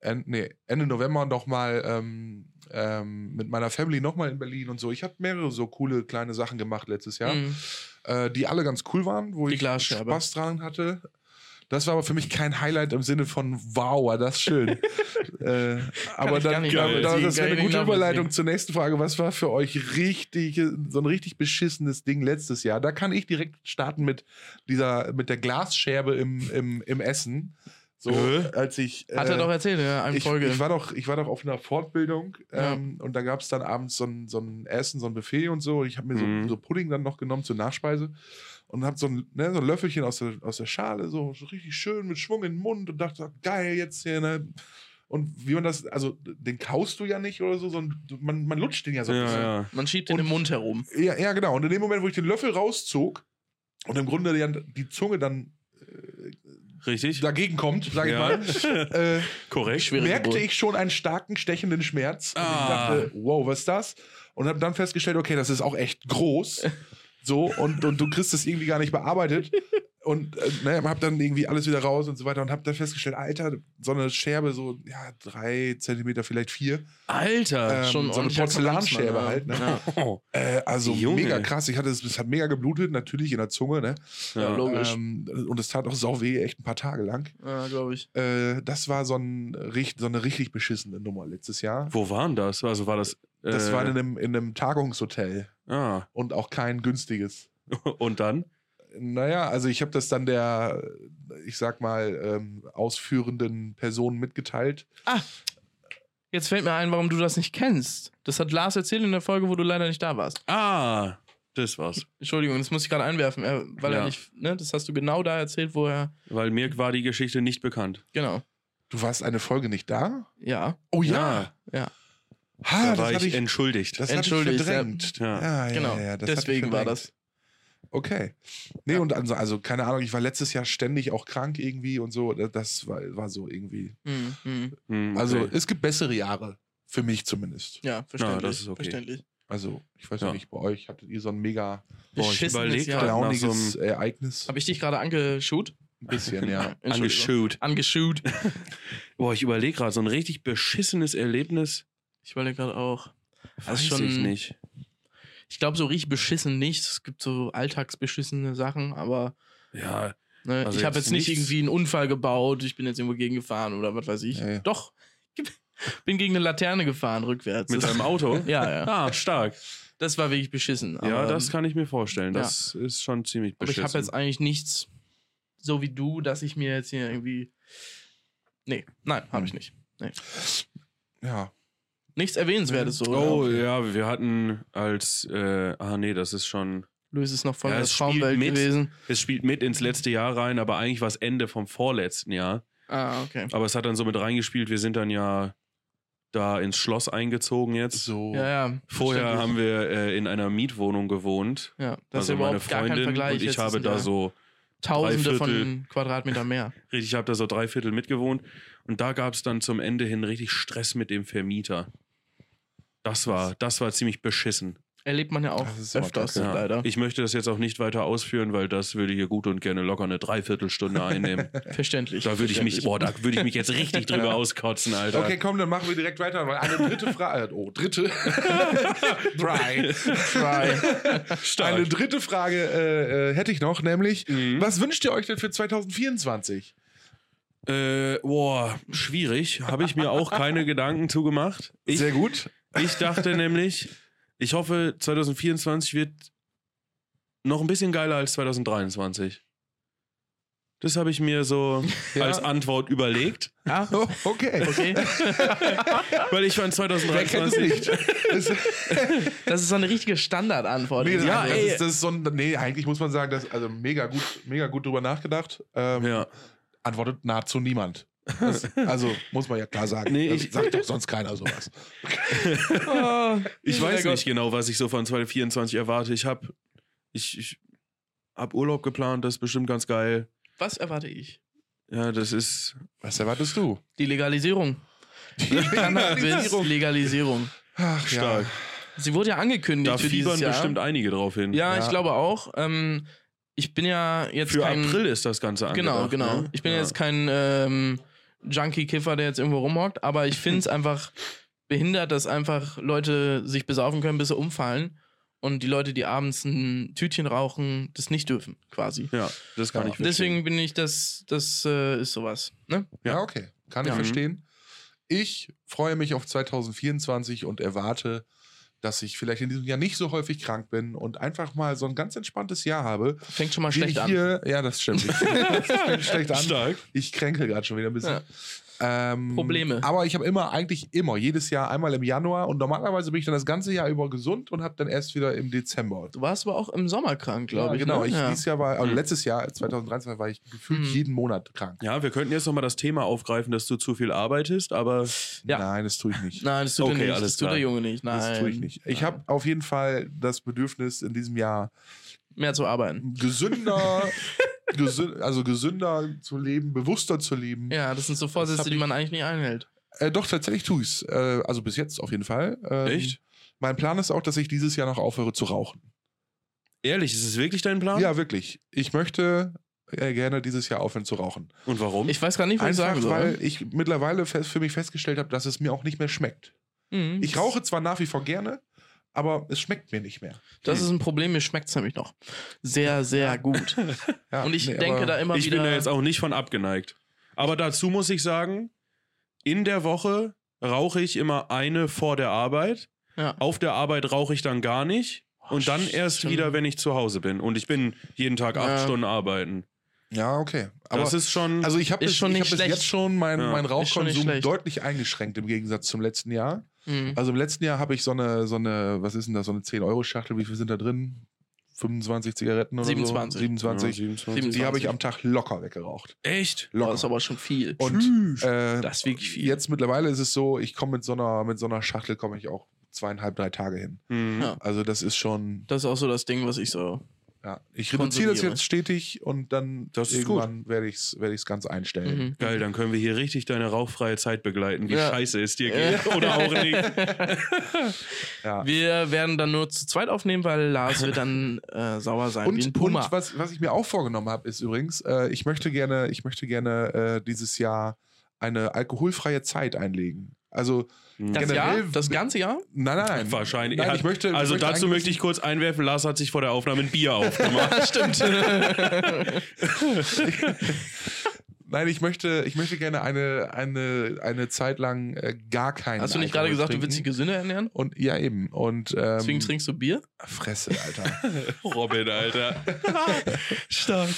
S2: en, nee, Ende November nochmal ähm, ähm, mit meiner Family nochmal in Berlin und so. Ich habe mehrere so coole kleine Sachen gemacht letztes Jahr,
S3: Mhm.
S2: äh, die alle ganz cool waren, wo
S3: Die
S2: ich
S3: Glasscherbe.
S2: Spaß dran hatte. Das war aber für mich kein Highlight im Sinne von wow, war das schön. äh, aber
S3: ich gar
S2: dann,
S3: nicht
S2: aber das wäre
S3: nachvollziehen, kann
S2: eine
S3: ich nicht
S2: gute Überleitung
S3: nachvollziehen.
S2: zur nächsten Frage. Was war für euch richtig, so ein richtig beschissenes Ding letztes Jahr? Da kann ich direkt starten mit dieser, mit der Glasscherbe im, im, im Essen. So,
S1: Äh?
S2: als ich.
S3: Hat
S2: äh,
S3: er doch erzählt, ja, eine
S2: ich,
S3: Folge.
S2: ich war doch, ich war doch auf einer Fortbildung
S3: Ja.
S2: ähm, und da gab es dann abends so ein, so ein Essen, so ein Buffet und so. Und ich habe mir
S1: Mhm.
S2: so, so Pudding dann noch genommen zur Nachspeise und habe so, ein- ne, so ein Löffelchen aus der, aus der Schale, so, so richtig schön mit Schwung in den Mund und dachte, oh, geil, jetzt hier. Ne? Und wie man das, also den kaust du ja nicht oder so, sondern du- man, man lutscht den ja so ein bisschen.
S1: Ja, ja.
S3: Man schiebt den
S2: Und-
S3: im Mund herum.
S2: Ja, ja, genau. Und in dem Moment, wo ich den Löffel rauszog und im Grunde die, die Zunge dann
S1: Richtig?
S2: dagegen kommt, sage ich mal, äh,
S1: Korrekt.
S3: Schwierige
S2: merkte
S3: Geburt.
S2: ich schon einen starken stechenden Schmerz.
S1: Ah.
S2: Und ich dachte, wow, was ist das? Und habe dann festgestellt, okay, das ist auch echt groß. So, und, und du kriegst es irgendwie gar nicht bearbeitet. Und äh, ne, hab dann irgendwie alles wieder raus und so weiter und hab dann festgestellt, Alter, so eine Scherbe, so ja, drei Zentimeter, vielleicht vier.
S1: Alter.
S2: Ähm,
S3: schon
S2: so eine
S3: ordentlicher
S2: Porzellanscherbe
S3: Kampfmann, ja.
S2: halt, ne?
S3: Ja.
S1: Oh.
S2: Äh, also
S1: Junge.
S2: mega krass. Ich hatte es, es hat mega geblutet, natürlich in der Zunge, ne?
S3: Ja,
S1: Ja.
S3: logisch.
S2: Ähm, und es tat auch sau weh, echt ein paar Tage lang.
S3: Ja, glaube ich.
S2: Äh, das war so, ein, richt- so eine richtig beschissene Nummer letztes Jahr.
S1: Wo waren das? Also war das. Äh,
S2: Das war in einem, in einem Tagungshotel
S1: Ah.
S2: und auch kein günstiges.
S1: Und dann?
S2: Naja, also ich habe das dann der, ich sag mal, ähm, ausführenden Person mitgeteilt.
S3: Jetzt fällt mir ein, warum du das nicht kennst. Das hat Lars erzählt in der Folge, wo du leider nicht da warst.
S1: Ah. Das war's.
S3: Entschuldigung, das muss ich gerade einwerfen, er, weil
S1: Ja.
S3: er nicht, ne, das hast du genau da erzählt, wo er,
S1: Weil mir war die Geschichte nicht bekannt.
S3: genau,
S2: Du warst eine Folge nicht da?
S3: ja,
S2: Oh
S3: ja,
S2: Ha,
S3: Ah,
S1: da
S2: das
S1: war
S2: hatte
S1: ich
S2: ich,
S1: entschuldigt.
S2: das hatte ich
S3: Entschuldigt, ja.
S2: verdrängt.
S1: Ja.
S3: genau,
S2: hatte ich
S3: deswegen war
S2: verdrängt.
S3: das.
S2: Okay. Nee, und also, also, keine Ahnung, ich war letztes Jahr ständig auch krank irgendwie und so. Das war, war so irgendwie.
S3: Hm, hm.
S1: Hm,
S2: Also
S1: okay.
S2: es gibt bessere Jahre. Für mich zumindest.
S3: Ja, verständlich,
S1: das ist okay.
S3: verständlich.
S2: Also, ich weiß
S1: Ja.
S2: ja nicht, bei euch hattet ihr so ein mega
S1: Boah, ich
S3: Beschissenes
S1: überleg
S3: Jahr.
S1: grad nach so
S2: launiges
S1: einem
S2: Ereignis.
S3: Habe ich dich gerade angeschuht?
S2: Ein bisschen, ja.
S3: Entschuldigung.
S1: angeschaut.
S3: Angeschuht.
S1: Boah, ich überlege gerade, so ein richtig beschissenes Erlebnis.
S3: Ich wollte gerade auch,
S1: Weiß
S3: Also schon-
S1: ich nicht.
S3: ich glaube so richtig beschissen nicht, es gibt so alltagsbeschissene Sachen, aber
S1: Ja,
S3: ne,
S1: Also
S3: ich habe
S1: jetzt
S3: jetzt nicht
S1: nichts-
S3: irgendwie einen Unfall gebaut, ich bin jetzt irgendwo gegengefahren oder was weiß ich.
S2: Ja, ja.
S3: Doch, bin gegen eine Laterne gefahren, rückwärts.
S1: mit
S3: Das-
S1: deinem Auto.
S3: Ja, ja.
S1: Ah, stark.
S3: Das war wirklich beschissen.
S1: ja,
S3: aber- ähm,
S1: das kann ich mir vorstellen. Das ist schon ziemlich
S3: Aber ich
S1: beschissen.
S3: habe jetzt eigentlich nichts, so wie du, dass ich mir jetzt hier irgendwie. Nee, nein, habe
S1: Hm.
S3: ich nicht.
S2: Ja.
S3: Nichts Erwähnenswertes so.
S1: Oh
S3: oder?
S1: ja, wir hatten als äh, ah nee, das ist schon
S3: Luis ist noch voll
S1: Ja,
S3: in der
S1: es spielt
S3: Traumwelt
S1: mit.
S3: gewesen.
S1: es spielt mit ins letzte Jahr rein, aber eigentlich war es Ende vom vorletzten Jahr,
S3: Ah, okay.
S1: aber es hat dann so mit reingespielt, wir sind dann ja da ins Schloss eingezogen jetzt.
S2: So.
S3: Ja, ja.
S1: Oh, Vorher
S3: verständlich.
S1: haben wir äh, in einer Mietwohnung gewohnt.
S3: Ja, das ist
S1: also
S3: überhaupt
S1: meine
S3: gar kein
S1: Freundin
S3: Vergleich.
S1: und ich
S3: jetzt
S1: habe
S3: ist
S1: da
S3: ein-
S1: so
S3: Tausende
S1: Drei
S3: von
S1: Viertel.
S3: Quadratmeter mehr.
S1: Richtig, ich habe da so drei Viertel mitgewohnt. Und da gab es dann zum Ende hin richtig Stress mit dem Vermieter. Das war, das war ziemlich beschissen.
S3: Erlebt man ja auch
S2: Das ist immer
S3: öfters,
S1: Ja.
S3: leider.
S1: Ich möchte das jetzt auch nicht weiter ausführen, weil das würde hier gut und gerne locker eine Dreiviertelstunde einnehmen.
S3: Verständlich.
S1: da würde ich mich,
S3: verständlich.
S1: boah, da würde ich mich jetzt richtig drüber auskotzen, Alter.
S2: Okay, komm, dann machen wir direkt weiter, weil eine dritte Frage. Oh, dritte. Drei.
S3: Try.
S1: Stark.
S2: Eine dritte Frage äh, äh, hätte ich noch, nämlich:
S1: Mhm.
S2: Was wünscht ihr euch denn für 2024?
S1: Äh, boah, schwierig. Habe ich mir auch keine Gedanken zugemacht. Ich,
S2: Sehr gut.
S1: ich dachte nämlich, ich hoffe, 2024 wird noch ein bisschen geiler als 2023. Das habe ich mir so
S2: Ja.
S1: als Antwort überlegt,
S3: Ja,
S2: Oh, okay.
S3: okay.
S1: weil ich fand
S2: Wer kennt es
S1: 2023.
S2: nicht? Das,
S3: Das ist so eine richtige Standardantwort.
S2: nee,
S1: Ja,
S2: ja, das,
S1: ey.
S2: ist, das ist so ein, nee, eigentlich muss man sagen, dass, also mega gut, mega gut drüber nachgedacht. Ähm,
S1: Ja,
S2: Antwortet nahezu niemand. Das, also muss man ja klar sagen.
S1: Nee,
S2: das
S1: ich-
S2: sagt doch sonst keiner sowas.
S1: ich weiß
S3: Gott.
S1: nicht genau, was ich so von 2024 erwarte. Ich habe ich, ich hab Urlaub geplant, das ist bestimmt ganz geil.
S3: Was erwarte ich?
S1: Ja, das ist
S2: Was erwartest du?
S3: Die Legalisierung. Cannabis Legalisierung.
S2: Ach,
S1: stark.
S3: Sie wurde ja angekündigt
S1: Da
S3: für dieses
S1: fiebern
S3: Jahr.
S1: bestimmt einige drauf hin.
S3: ja, ich
S2: Ja.
S3: glaube auch. Ähm, ich bin ja jetzt
S1: Für
S3: kein
S1: April ist das Ganze
S3: Genau,
S1: angedacht.
S3: genau.
S1: Ne?
S3: Ich bin
S1: ja.
S3: jetzt kein ähm, Junkie-Kiffer, der jetzt irgendwo rumhockt, aber ich finde es einfach behindert, dass einfach Leute sich besaufen können, bis sie umfallen. Und die Leute, die abends ein Tütchen rauchen, das nicht dürfen, quasi.
S1: Ja, das kann
S2: Ja.
S1: ich verstehen.
S3: Deswegen bin ich, das, das äh, ist sowas. Ne?
S2: Ja,
S1: Ja.
S2: okay. Kann
S1: Ja.
S2: ich verstehen. Ich freue mich auf 2024 und erwarte, dass ich vielleicht in diesem Jahr nicht so häufig krank bin und einfach mal so ein ganz entspanntes Jahr habe.
S3: Fängt schon mal
S2: Wie
S3: schlecht
S2: ich
S3: an.
S2: hier, Ja, das stimmt. Ich- das fängt schlecht an.
S1: Stark.
S2: Ich kränke gerade schon wieder ein bisschen. Ähm,
S3: Probleme.
S2: Aber ich habe immer, eigentlich immer, jedes Jahr einmal im Januar und normalerweise bin ich dann das ganze Jahr über gesund und habe dann erst wieder im Dezember.
S3: Du warst aber auch im Sommer krank,
S2: Ja,
S3: glaube ich.
S2: Genau,
S3: ne?
S2: ich,
S3: ja.
S2: dieses Jahr war, also
S1: Hm.
S2: letztes Jahr, 2013, war ich gefühlt
S3: Hm.
S2: jeden Monat krank.
S1: Ja, wir könnten jetzt nochmal das Thema aufgreifen, dass du zu viel arbeitest, aber
S3: Ja.
S2: Nein, das tue ich nicht.
S3: Nein, das tut
S1: Okay,
S3: er nicht.
S1: alles
S3: Das tut der
S1: klar.
S3: Junge nicht. Nein.
S2: Das tue ich nicht. Ich
S3: Nein.
S2: habe auf jeden Fall das Bedürfnis, in diesem Jahr
S3: mehr zu arbeiten.
S2: gesünder, gesü also gesünder zu leben, bewusster zu leben.
S3: Ja, das sind so
S2: hab
S3: Vorsätze, die
S2: ich-
S3: man eigentlich nicht einhält.
S2: Äh, doch, tatsächlich tue ich es. Äh, also bis jetzt auf jeden Fall. Ähm,
S1: Echt?
S2: Mein Plan ist auch, dass ich dieses Jahr noch aufhöre zu rauchen.
S1: ehrlich, ist es wirklich dein Plan?
S2: Ja, wirklich. Ich möchte äh, gerne dieses Jahr aufhören zu rauchen.
S1: Und warum?
S3: Ich weiß gar nicht, was ich
S2: Einfach
S3: sagen soll.
S2: weil ich mittlerweile fest, für mich festgestellt habe, dass es mir auch nicht mehr schmeckt.
S3: Mhm.
S2: Ich rauche zwar nach wie vor gerne, aber es schmeckt mir nicht mehr.
S3: Das ist ein Problem, mir schmeckt es nämlich noch. Sehr, sehr gut.
S2: Ja,
S3: Und ich
S2: nee,
S3: denke
S2: aber-
S3: da immer
S1: Ich
S3: wieder.
S1: bin da jetzt auch nicht von abgeneigt. Aber dazu muss ich sagen, in der Woche rauche ich immer eine vor der Arbeit.
S3: Ja.
S1: Auf der Arbeit rauche ich dann gar nicht. Und dann erst
S3: stimmt.
S1: wieder, wenn ich zu Hause bin. Und ich bin jeden Tag acht
S3: Ja.
S1: Stunden arbeiten.
S2: Ja, okay. Aber
S1: das ist schon.
S2: Also ich habe
S3: Ist
S2: bis,
S3: schon
S2: ich
S3: nicht
S2: hab bis
S3: schlecht.
S2: jetzt schon meinen
S1: Ja,
S2: meinen
S3: ist schon nicht
S2: Rauchkonsum
S3: schlecht.
S2: deutlich eingeschränkt im Gegensatz zum letzten Jahr.
S3: Mhm.
S2: Also im letzten Jahr habe ich so eine, so eine, was ist denn das, so eine 10-Euro-Schachtel, wie viel sind da drin? 25 Zigaretten oder
S3: 27.
S2: so? 27.
S1: Ja, 27.
S2: Die habe ich am Tag locker weggeraucht.
S1: Echt?
S3: Boah, ist
S2: Locker.
S3: aber schon viel.
S2: Und äh,
S3: Das ist wirklich viel.
S2: jetzt mittlerweile ist es so, ich komme mit so einer, mit so einer Schachtel komme ich auch zweieinhalb, drei Tage hin.
S1: Mhm.
S3: Ja.
S2: Also das ist schon,
S3: Das ist auch so das Ding, was ich so.
S2: ja. Ich reduziere das
S3: Konsumiere.
S2: jetzt stetig und dann
S1: Das ist gut.
S2: irgendwann werde ich es werd ich's ganz einstellen.
S3: Mhm.
S1: Geil, dann können wir hier richtig deine rauchfreie Zeit begleiten, wie
S3: Ja.
S1: scheiße es dir geht. Oder auch nicht.
S2: Ja.
S3: Wir werden dann nur zu zweit aufnehmen, weil Lars wird dann äh, sauer sein wie ein
S2: Und,
S3: Puma.
S2: und was, was ich mir auch vorgenommen habe, ist übrigens, äh, ich möchte gerne, ich möchte gerne äh, dieses Jahr eine alkoholfreie Zeit einlegen. Also,
S3: das
S2: generell-
S3: Jahr? Das ganze Jahr?
S2: nein, nein, nein.
S1: Wahrscheinlich.
S2: Nein,
S1: Er
S2: ich möchte,
S1: also
S2: ich möchte
S1: dazu
S2: eigentlich-
S1: möchte ich kurz einwerfen, Lars hat sich vor der Aufnahme ein Bier aufgemacht.
S3: Stimmt.
S2: Nein, ich möchte, ich möchte gerne eine, eine, eine Zeit lang äh, gar keinen.
S3: Hast du nicht
S2: Alkohol
S3: gerade gesagt, du willst dich
S2: trinken.
S3: gesünder ernähren?
S2: Und ja, eben. Und ähm,
S3: Deswegen trinkst du Bier?
S2: Fresse, Alter.
S1: Robin, Alter.
S3: Stark.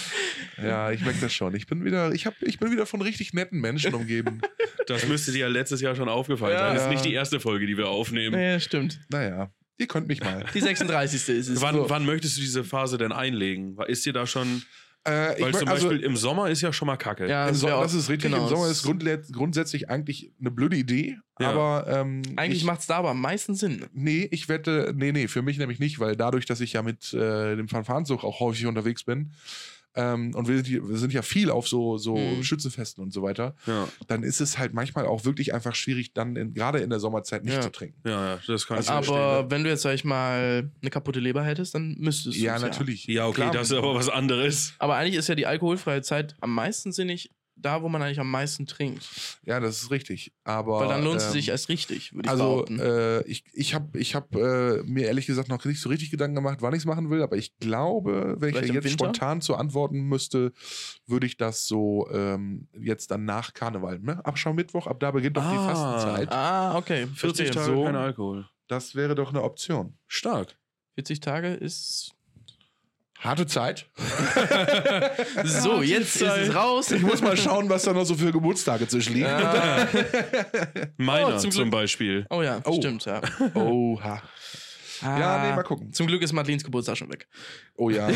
S2: ja, ich merke das schon. Ich bin wieder, ich hab, ich bin wieder von richtig netten Menschen umgeben.
S1: Das müsste dir ja letztes Jahr schon aufgefallen
S3: Ja.
S1: sein. Das ist nicht die erste Folge, die wir aufnehmen.
S3: Ja, stimmt.
S2: naja, ihr könnt mich mal.
S3: Die 36. ist es.
S1: Wann, wann möchtest du diese Phase denn einlegen? Ist dir da schon.
S2: Äh, ich
S1: Weil
S2: mö-
S1: zum
S2: also-
S1: Beispiel im Sommer ist ja schon mal kacke.
S3: Ja,
S2: Im
S3: das wär
S2: Sommer,
S3: auch-
S2: das ist richtig.
S3: genau,
S2: Im Sommer
S3: das-
S2: ist grundle- grundsätzlich eigentlich eine blöde Idee,
S1: Ja.
S2: aber ähm,
S3: Eigentlich
S2: ich,
S3: macht es da aber am meisten Sinn.
S2: Nee, ich wette, nee, nee, für mich nämlich nicht, weil dadurch, dass ich ja mit äh, dem Fanfarenzug auch häufig unterwegs bin, ähm, und wir sind, hier- wir sind ja viel auf so, so
S3: Mhm.
S2: Schützenfesten und so weiter,
S1: Ja,
S2: dann ist es halt manchmal auch wirklich einfach schwierig, dann in, gerade in der Sommerzeit nicht
S3: Ja.
S2: zu trinken.
S1: ja, ja, das kann ich
S2: Also-
S1: verstehen.
S3: Aber wenn du jetzt, sag ich mal, eine kaputte Leber hättest, dann müsstest du
S2: Ja, natürlich.
S1: Ja, okay,
S2: Klar.
S1: das ist aber was anderes.
S3: Aber eigentlich ist ja die alkoholfreie Zeit am meisten sinnig da, wo man eigentlich am meisten trinkt.
S2: Ja, das ist richtig. Aber,
S3: Weil dann lohnt es
S2: ähm,
S3: sich als richtig, würde ich
S2: also
S3: behaupten.
S2: äh, ich, ich habe ich hab, äh, mir ehrlich gesagt noch nicht so richtig Gedanken gemacht, wann ich es machen will, aber ich glaube, wenn ich
S3: Vielleicht
S2: da
S3: im
S2: jetzt
S3: Winter?
S2: spontan zu antworten müsste, würde ich das so ähm, jetzt dann nach Karneval, ne? Abschaumittwoch, ab da beginnt doch die
S1: Ah.
S2: Fastenzeit.
S3: ah, okay.
S1: 40
S3: verstehe.
S1: Tage
S2: so.
S1: kein Alkohol.
S2: Das wäre doch eine Option.
S1: Stark.
S3: 40 Tage ist.
S2: Harte Zeit.
S3: So, jetzt ist
S1: Zeit.
S3: es raus.
S2: Ich muss mal schauen, was da noch so für Geburtstage zwischen liegen.
S3: Ah.
S1: Meiner
S3: Oh,
S1: zum,
S3: zum Glück.
S1: Beispiel.
S3: Oh ja,
S2: Oh.
S3: stimmt, ja.
S2: Oha. Ja,
S3: Ah.
S2: nee, mal gucken.
S3: Zum Glück ist Madelines Geburtstag schon weg.
S2: Oh ja.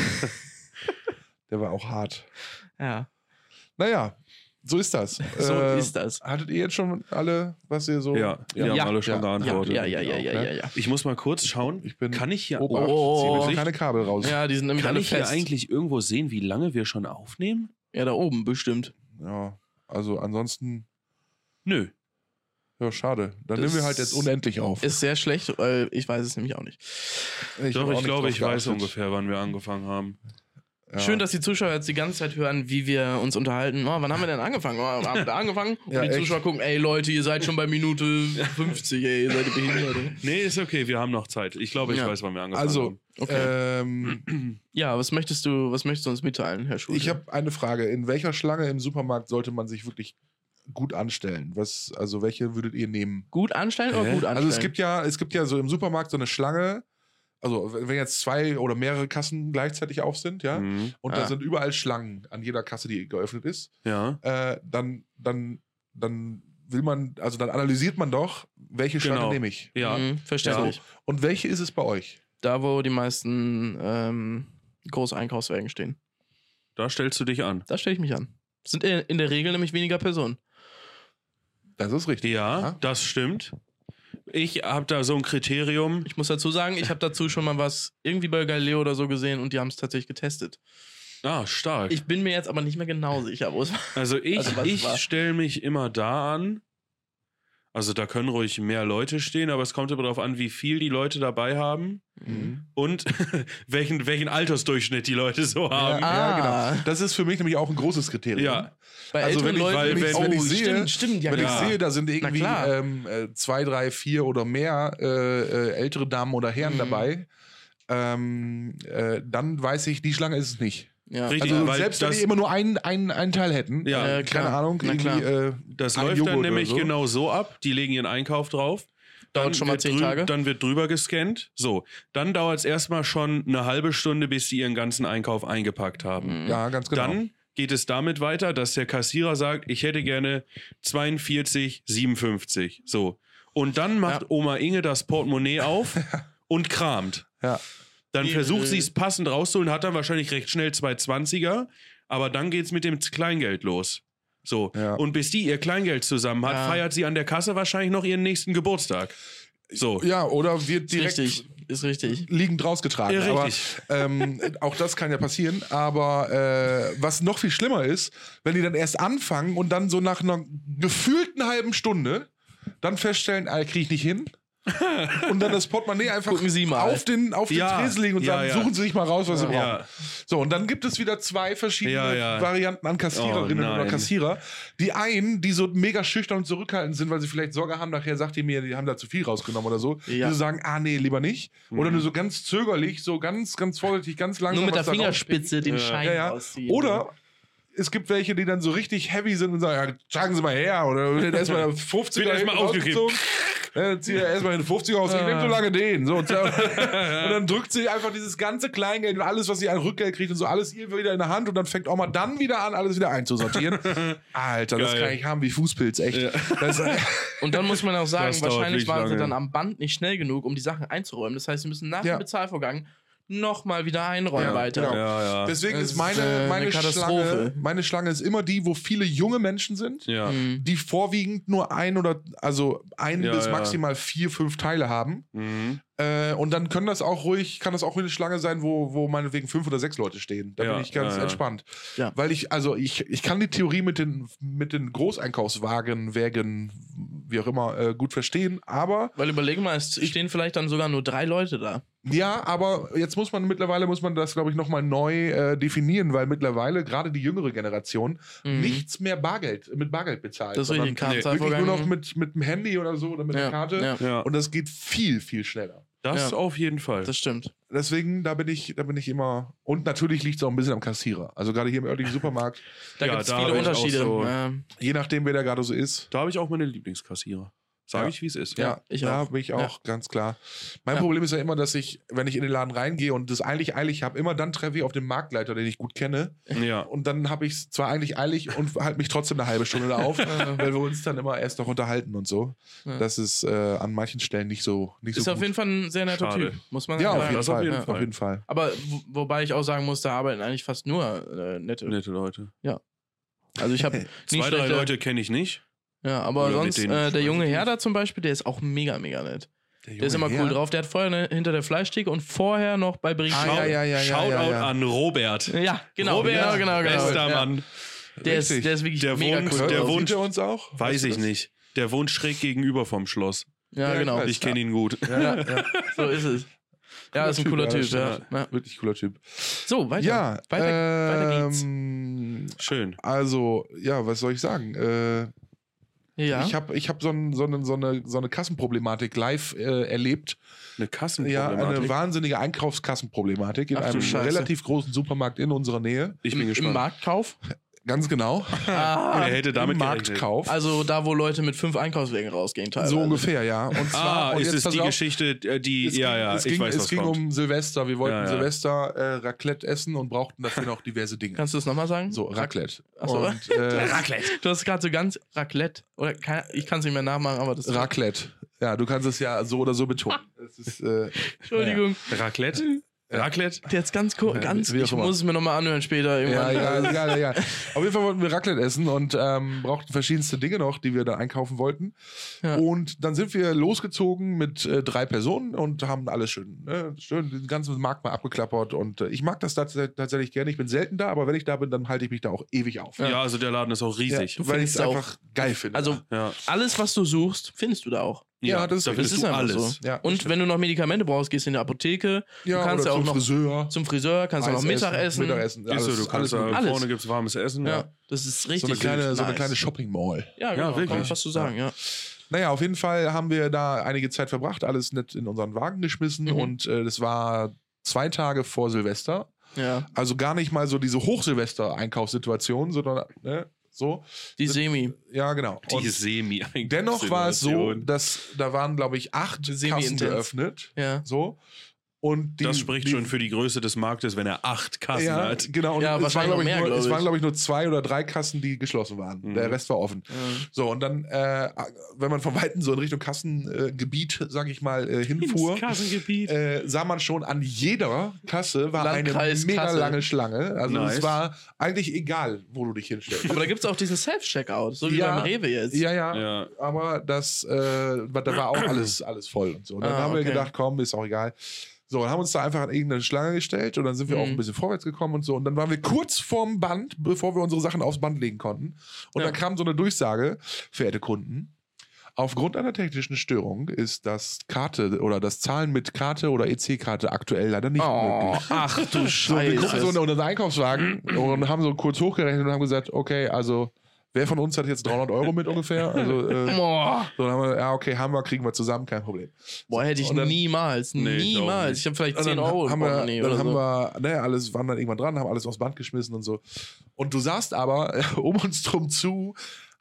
S2: Der war auch hart.
S3: Ja,
S2: Naja, so ist das.
S3: so
S2: Äh,
S3: ist das.
S2: Hattet ihr jetzt schon alle, was ihr so.
S1: Ja, wir
S2: Ja.
S1: haben
S3: Ja,
S1: alle schon
S2: ja,
S3: Ja,
S1: geantwortet.
S3: ja, ja, ja,
S2: auch,
S3: ja,
S2: ne?
S3: ja, ja.
S1: Ich muss mal kurz schauen.
S2: Ich bin
S1: kann ich ja,
S2: Obacht,
S3: Oh.
S2: zieh mir keine Kabel raus.
S3: Ja, die sind nämlich
S1: kann
S3: alle
S1: ich hier
S3: fest.
S1: eigentlich irgendwo sehen, wie lange wir schon aufnehmen?
S3: ja, da oben bestimmt.
S2: Ja, also ansonsten,
S1: Nö.
S2: ja, schade. Dann
S3: Das
S2: nehmen wir halt jetzt unendlich auf.
S3: Ist sehr schlecht, weil ich weiß es nämlich auch nicht.
S2: Ich
S1: Doch,
S2: hab
S1: ich
S2: auch nicht
S1: glaube,
S2: drauf
S1: ich weiß
S2: geachtet.
S1: ungefähr, wann wir angefangen haben.
S2: Ja.
S3: Schön, dass die Zuschauer jetzt die ganze Zeit hören, wie wir uns unterhalten. Oh, wann haben wir denn angefangen? Oh, haben wir da angefangen? Und
S2: Ja,
S3: die
S2: echt.
S3: Zuschauer gucken, ey Leute, ihr seid schon bei Minute 50, ey, ihr seid die Behinderte.
S1: Nee, ist okay, wir haben noch Zeit. Ich glaube, ich
S3: Ja.
S1: weiß, wann wir angefangen
S2: Also,
S1: haben.
S3: Okay.
S2: ähm,
S3: ja, was möchtest du, was möchtest du uns mitteilen, Herr Schulze?
S2: ich habe eine Frage. In welcher Schlange im Supermarkt sollte man sich wirklich gut anstellen? Was, also, welche würdet ihr nehmen?
S3: gut anstellen oder
S1: Hä?
S3: gut anstellen?
S2: Also es gibt ja, es gibt ja so im Supermarkt so eine Schlange. Also wenn wenn jetzt zwei oder mehrere Kassen gleichzeitig auf sind, ja,
S1: Mhm.
S2: und
S3: Ah.
S2: da sind überall Schlangen an jeder Kasse, die geöffnet ist,
S1: Ja.
S2: äh, dann, dann, dann will man, also dann analysiert man doch, welche Schlange
S1: Genau.
S2: nehme ich.
S1: Ja.
S3: Mhm, verständlich.
S2: Und welche ist es bei euch?
S3: Da, wo die meisten ähm, große Einkaufswagen stehen.
S1: Da stellst du dich an.
S3: Da stelle ich mich an. Sind in in der Regel nämlich weniger Personen.
S2: Das ist richtig.
S1: Ja,
S2: Ja.
S1: das stimmt. Ich habe da so ein Kriterium.
S3: Ich muss dazu sagen, ich habe dazu schon mal was irgendwie bei Galileo oder so gesehen und die haben es tatsächlich getestet.
S1: Ah, stark.
S3: Ich bin mir jetzt aber nicht mehr genau sicher, wo es war.
S1: also ich,
S3: also was
S1: ich
S3: war-
S1: stelle mich immer da an. Also da können ruhig mehr Leute stehen, aber es kommt immer darauf an, wie viel die Leute dabei haben
S2: Mhm.
S1: und welchen, welchen Altersdurchschnitt die Leute so haben.
S2: Ja, ja,
S3: Ah.
S2: genau. Das ist für mich nämlich auch ein großes Kriterium.
S1: Ja.
S3: Bei
S2: Also, wenn
S3: älteren
S2: ich-
S3: Leuten,
S1: weil
S3: nämlich-
S1: wenn-
S2: wenn ich sehe-
S3: stimmt, stimmt, ja
S2: Wenn
S3: klar.
S1: Ja.
S2: ich sehe, da sind irgendwie
S3: klar.
S2: ähm, äh, zwei, drei, vier oder mehr äh, äh, ältere Damen oder Herren
S3: Mhm.
S2: dabei, ähm, äh, dann weiß ich, die Schlange ist es nicht.
S3: ja.
S1: Richtig.
S2: Also
S1: weil
S2: selbst wenn
S1: das-
S2: die immer nur einen, einen, einen Teil hätten,
S1: Ja,
S2: äh,
S3: äh, klar.
S2: keine Ahnung,
S3: Na
S2: irgendwie,
S3: klar.
S2: äh,
S1: Das
S2: ein
S1: läuft
S2: Joghurt
S1: dann
S2: oder
S1: nämlich
S2: so.
S1: genau so ab. Die legen ihren Einkauf drauf.
S3: Dauert
S1: Dann
S3: schon mal
S1: wird
S3: zehn
S1: drü-
S3: Tage.
S1: Dann wird drüber gescannt. So, dann dauert es erstmal schon eine halbe Stunde, bis sie ihren ganzen Einkauf eingepackt haben.
S3: Mhm.
S2: ja, ganz genau.
S1: Dann geht es damit weiter, dass der Kassierer sagt, ich hätte gerne 42, 57. So. Und dann macht
S3: Ja.
S1: Oma Inge das Portemonnaie auf und kramt.
S2: Ja.
S1: Dann
S3: Die-
S1: versucht sie es passend rauszuholen, hat dann wahrscheinlich recht schnell zwei 20er, aber dann geht es mit dem Kleingeld los. So.
S2: Ja.
S1: Und bis die ihr Kleingeld zusammen hat,
S3: Ja.
S1: feiert sie an der Kasse wahrscheinlich noch ihren nächsten Geburtstag. So.
S2: ja, oder wird direkt
S3: richtig, ist richtig.
S2: liegend rausgetragen.
S1: Ja,
S2: aber
S1: richtig.
S2: ähm, auch das kann ja passieren. Aber äh, was noch viel schlimmer ist, wenn die dann erst anfangen und dann so nach einer gefühlten halben Stunde dann feststellen, ah, kriege ich nicht hin. und dann das Portemonnaie einfach
S3: Gucken Sie mal.
S2: auf den, auf den
S1: Ja,
S2: Tresen legen und
S1: ja,
S2: sagen,
S1: ja.
S2: suchen Sie sich mal raus, was Sie brauchen.
S1: Ja.
S2: So, und dann gibt es wieder zwei verschiedene
S1: Ja, ja.
S2: Varianten an Kassiererinnen
S1: Oh,
S2: oder
S1: nein.
S2: Kassierer. Die einen, die so mega schüchtern und zurückhaltend sind, weil sie vielleicht Sorge haben, nachher sagt ihr mir, die haben da zu viel rausgenommen oder so.
S3: Ja.
S2: Die
S3: Mhm.
S2: so sagen, ah nee, lieber nicht. Oder nur so ganz zögerlich, so ganz, ganz vorsichtig, ganz langsam.
S3: Nur mit der
S2: was da
S3: Fingerspitze den
S1: Ja.
S3: Schein
S2: rausspielen. Ja,
S3: rausziehen.
S2: ja. Oder es gibt welche, die dann so richtig heavy sind und sagen, ja, sagen Sie mal her. Oder wird erstmal 50
S1: Wird erstmal ausgekippt.
S2: Äh, zieh erstmal den 50 aus. Ich
S3: Ah.
S2: nehme so lange den. So, und, und dann drückt sie einfach dieses ganze Kleingeld und alles, was sie an Rückgeld kriegt und so, alles ihr wieder in der Hand und dann fängt Oma dann wieder an, alles wieder einzusortieren. Alter, das
S1: Geil.
S2: kann ich haben wie Fußpilz, echt.
S1: Ja.
S2: Das,
S3: Und dann muss man auch sagen,
S1: Das dauert
S3: wahrscheinlich
S1: nicht
S3: waren sie
S1: lange.
S3: dann am Band nicht schnell genug, um die Sachen einzuräumen. Das heißt, sie müssen nach
S2: Ja.
S3: dem Bezahlvorgang nochmal wieder einräumen
S2: Ja,
S3: weiter.
S2: genau.
S1: Ja, ja.
S2: Deswegen
S3: Das
S2: ist
S3: ist,
S2: meine,
S3: äh, eine
S2: meine,
S3: Katastrophe.
S2: Schlange, meine Schlange ist immer die, wo viele junge Menschen sind,
S1: Ja.
S3: Mhm.
S2: die vorwiegend nur ein oder also ein
S1: Ja,
S2: bis
S1: ja.
S2: maximal vier, fünf Teile haben.
S1: Mhm.
S2: Äh, und dann können das auch ruhig, kann das auch eine Schlange sein, wo, wo meinetwegen fünf oder sechs Leute stehen. Da
S1: Ja,
S2: bin ich ganz
S1: ja, ja.
S2: entspannt.
S3: Ja.
S2: Weil ich, also ich, ich kann die Theorie mit den, mit den Großeinkaufswagen, Wägen, wie auch immer, äh, gut verstehen. Aber
S3: Weil überlege mal, es stehen vielleicht dann sogar nur drei Leute da.
S2: ja, aber jetzt muss man mittlerweile muss man das, glaube ich, nochmal neu äh, definieren, weil mittlerweile gerade die jüngere Generation
S3: Mhm.
S2: nichts mehr Bargeld mit Bargeld bezahlt.
S3: Das ist
S2: sondern
S3: richtig, Kartenzahl
S2: wirklich nur noch mit, mit dem Handy oder so oder mit
S3: ja,
S2: der Karte.
S3: Ja,
S1: ja.
S2: Und das geht viel, viel schneller.
S1: Das
S3: Ja.
S1: auf jeden Fall.
S3: das stimmt.
S2: Deswegen, da bin ich, da bin ich immer. Und natürlich liegt es auch ein bisschen am Kassierer. Also gerade hier im örtlichen Supermarkt,
S3: Da
S1: Ja,
S3: gibt es
S1: da
S3: viele
S1: bin ich auch
S3: Unterschiede.
S1: so-
S3: Ähm,
S2: je nachdem, wer da gerade so ist.
S1: Da habe ich auch meine Lieblingskassierer. Sage
S2: Ja.
S1: ich, wie es ist.
S2: Ja,
S3: Ja, ich
S2: da
S3: auch.
S2: bin ich auch, ganz klar. Mein Problem ist ja immer, dass ich, wenn ich in den Laden reingehe und das eigentlich eilig habe, immer dann treffe ich auf den Marktleiter, den ich gut kenne.
S1: Ja.
S2: Und dann habe ich es zwar eigentlich eilig und halte mich trotzdem eine halbe Stunde da auf, weil wir uns dann immer erst noch unterhalten und so.
S3: Ja.
S2: Das ist äh, an manchen Stellen nicht so nicht
S3: ist
S2: so
S3: auf jeden Fall ein sehr netter
S1: Schade.
S3: Typ, muss man
S2: Ja,
S3: sagen.
S2: auf jeden,
S1: das auf
S2: Fall,
S1: jeden
S2: ja, auf
S1: Fall.
S2: jeden Fall.
S3: Aber wo- wobei ich auch sagen muss, da arbeiten eigentlich fast nur äh, nette.
S1: Nette Leute.
S3: Also ich habe
S1: Zwei, drei Leute kenne ich nicht.
S3: Ja, aber
S1: Oder mit
S3: sonst
S1: denen
S3: äh, der
S1: ich
S3: junge
S1: weiß
S3: Herr da zum Beispiel, der ist auch mega, mega nett. Der ist immer
S2: Junge
S3: cool
S2: Herr?
S3: drauf. Der hat vorher ne, hinter der Fleischtheke und vorher noch bei Brigitte.
S2: Ah, ja, ja, ja, ja,
S1: Shoutout
S2: ja, ja.
S1: an Robert.
S3: Ja, genau,
S1: Robert,
S3: genau, genau, genau.
S1: bester
S3: ja.
S1: Mann.
S3: Der ist,
S2: Richtig.
S3: der ist wirklich
S1: Der
S3: mega
S1: wohnt-
S3: cool.
S1: der
S2: Der
S3: drauf.
S1: wohnt-
S2: wohnt er uns auch?
S1: Weiß
S2: Weißt du
S1: ich
S2: das?
S1: nicht. Der wohnt schräg gegenüber vom Schloss.
S3: ja,
S2: Ja,
S3: genau.
S2: Alles
S1: Ich kenne ihn gut.
S2: Ja, ja.
S3: So ist es. Ja, ist ein
S2: Typ,
S3: cooler
S2: ja,
S3: Typ.
S2: das
S3: Ja.
S2: stimmt.
S3: Ja.
S2: Wirklich cooler Typ.
S3: So, weiter.
S2: Ja,
S3: weiter, weiter geht's.
S2: ähm,
S1: Schön.
S2: Also, ja, was soll ich sagen? Äh,
S3: Ja.
S2: Ich habe ich hab so, ein, so, ein, so, eine, so eine Kassenproblematik live äh, erlebt.
S1: Eine
S2: Ja,
S1: Kassenproblematik.
S2: eine wahnsinnige Einkaufskassenproblematik in
S3: Ach du
S2: einem
S3: Scheiße.
S2: relativ großen Supermarkt in unserer Nähe.
S1: ich bin
S3: Im, im
S1: gespannt.
S3: Marktkauf?
S2: Ganz genau.
S1: Wer
S3: ah,
S1: hätte
S2: Im
S1: damit gerechnet?
S2: Marktkauf.
S3: also da, wo Leute mit fünf Einkaufswagen rausgehen teilweise.
S2: so ungefähr, ja. Und
S1: Ah,
S2: und
S1: ist
S2: jetzt
S1: es
S2: pass
S1: die
S2: auf,
S1: Geschichte, äh, die.
S2: Es
S1: ja,
S2: ging,
S1: ja,
S2: es
S1: ich
S2: ging,
S1: weiß,
S2: es
S1: was
S2: ging
S1: kommt.
S2: um Silvester. Wir wollten
S1: Ja, ja.
S2: Silvester äh, Raclette essen und brauchten dafür noch diverse Dinge.
S3: Kannst du das nochmal sagen?
S2: So, Raclette.
S3: Ach so.
S2: Und, äh,
S3: Du hast gerade so ganz Raclette. Oder keine- ich kann es nicht mehr nachmachen, aber das ist.
S2: Raclette. Ja, du kannst es ja so oder so betonen. Es ist, äh,
S3: Entschuldigung.
S2: um-
S1: Raclette?
S2: Ja.
S1: Raclette?
S3: Der ist ganz cool.
S2: Ja,
S3: Ganz,
S2: wie auch
S3: ich
S2: immer.
S3: muss es mir nochmal anhören später.
S2: ja,
S3: Irgendwann.
S2: ja, egal, egal. Auf jeden Fall wollten wir Raclette essen und ähm, brauchten verschiedenste Dinge noch, die wir da einkaufen wollten.
S3: Ja.
S2: Und dann sind wir losgezogen mit äh, drei Personen und haben alles schön, ne, schön den ganzen Markt mal abgeklappert. Und äh, ich mag das tats tatsächlich gerne. Ich bin selten da, aber wenn ich da bin, dann halte ich mich da auch ewig auf.
S1: Ja. also der Laden ist auch riesig.
S2: Ja, weil ich es
S3: findest auch-
S2: einfach geil finde.
S3: Also
S1: Ja,
S3: alles, was du suchst, findest du da auch.
S2: Ja, das ist
S1: da
S2: richtig.
S1: bist
S3: Das
S1: du
S3: ist einfach
S1: alles.
S3: so.
S2: ja,
S3: Und wenn du noch Medikamente brauchst, gehst du in die Apotheke,
S2: ja,
S3: kannst
S2: oder
S3: ja auch
S2: zum
S3: noch-
S2: Friseur,
S3: zum Friseur, kannst auch noch
S2: Eis
S3: Mittagessen.
S2: Mittagessen.
S1: Ist so,
S2: alles-
S1: du
S2: alles
S1: kannst da,
S2: mit-
S3: Alles.
S1: vorne gibt's warmes Essen.
S3: Ja, das ist
S2: so
S3: richtig.
S2: eine kleine,
S3: richtig
S2: so eine
S3: nice.
S2: kleine Shopping Mall.
S3: Ja, genau,
S1: Ja, wirklich.
S3: Kann man fast so sagen, ja.
S2: Naja, auf jeden Fall haben wir da einige Zeit verbracht, alles nett in unseren Wagen geschmissen
S3: Mhm.
S2: und äh, das war zwei Tage vor Silvester.
S3: ja.
S2: Also gar nicht mal so diese Hochsilvester-Einkaufssituation, sondern ne, so.
S3: Die Semi.
S2: Ja, genau.
S1: Die
S2: Und
S1: semi
S2: dennoch war es so, dass da waren, glaube ich, acht Kassen
S3: Semi-intens.
S2: geöffnet.
S3: Ja.
S2: So. Und die,
S1: Das spricht
S2: die,
S1: schon für die Größe des Marktes, wenn er acht Kassen halt.
S2: ja,
S1: hat.
S2: genau. Und
S3: Ja,
S2: es waren,
S3: wahrscheinlich noch
S2: glaube ich,
S3: mehr,
S2: nur-
S3: glaub
S2: es
S3: ich.
S2: waren, glaube ich, nur zwei oder drei Kassen, die geschlossen waren.
S1: Mhm.
S2: Der Rest war offen. So, und dann, äh, wenn man von Weitem so in Richtung Kassengebiet, äh, Gebiet, sag ich mal, äh, hinfuhr,
S1: Kassengebiet.
S2: äh, sah man schon an jeder Kasse war
S3: Landkreis
S2: eine mega
S3: Kassel.
S2: lange Schlange. Also
S1: Nice.
S2: es war eigentlich egal, wo du dich hinstellst.
S3: Aber da gibt es auch diesen Self-Checkout, so wie
S2: Ja.
S3: beim Rewe jetzt.
S2: ja, ja,
S1: Ja.
S2: Aber das, äh, da war auch alles, alles voll und so. Und dann
S3: Ah,
S2: haben wir
S3: okay.
S2: gedacht, komm, ist auch egal. So, dann haben uns da einfach an irgendeine Schlange gestellt und dann sind wir
S3: Mhm.
S2: auch ein bisschen vorwärts gekommen und so. Und dann waren wir kurz vorm Band, bevor wir unsere Sachen aufs Band legen konnten. Und
S3: Ja.
S2: dann kam so eine Durchsage, verehrte Kunden. Aufgrund einer technischen Störung ist das Karte oder das Zahlen mit Karte oder EC-Karte aktuell leider nicht möglich.
S3: Oh, ach du
S2: Wir gucken so
S3: Scheiße.
S2: in unseren Einkaufswagen und haben so kurz hochgerechnet und haben gesagt, okay, also wer von uns hat jetzt 300 Euro mit ungefähr? Also, äh,
S3: Boah,
S2: so, dann haben wir, ja, okay, haben wir, kriegen wir zusammen, kein Problem.
S3: Boah, hätte ich
S2: Und dann-
S3: niemals,
S1: Nee, ich auch
S3: niemals.
S1: nicht.
S3: Ich habe vielleicht
S2: Und
S3: 10 Euro
S2: haben wir,
S3: Portemonnaie
S2: dann
S3: oder
S2: haben
S3: so.
S2: wir, naja, alles, waren dann irgendwann dran, haben alles aufs Band geschmissen und so. Und du sahst aber äh, um uns drum zu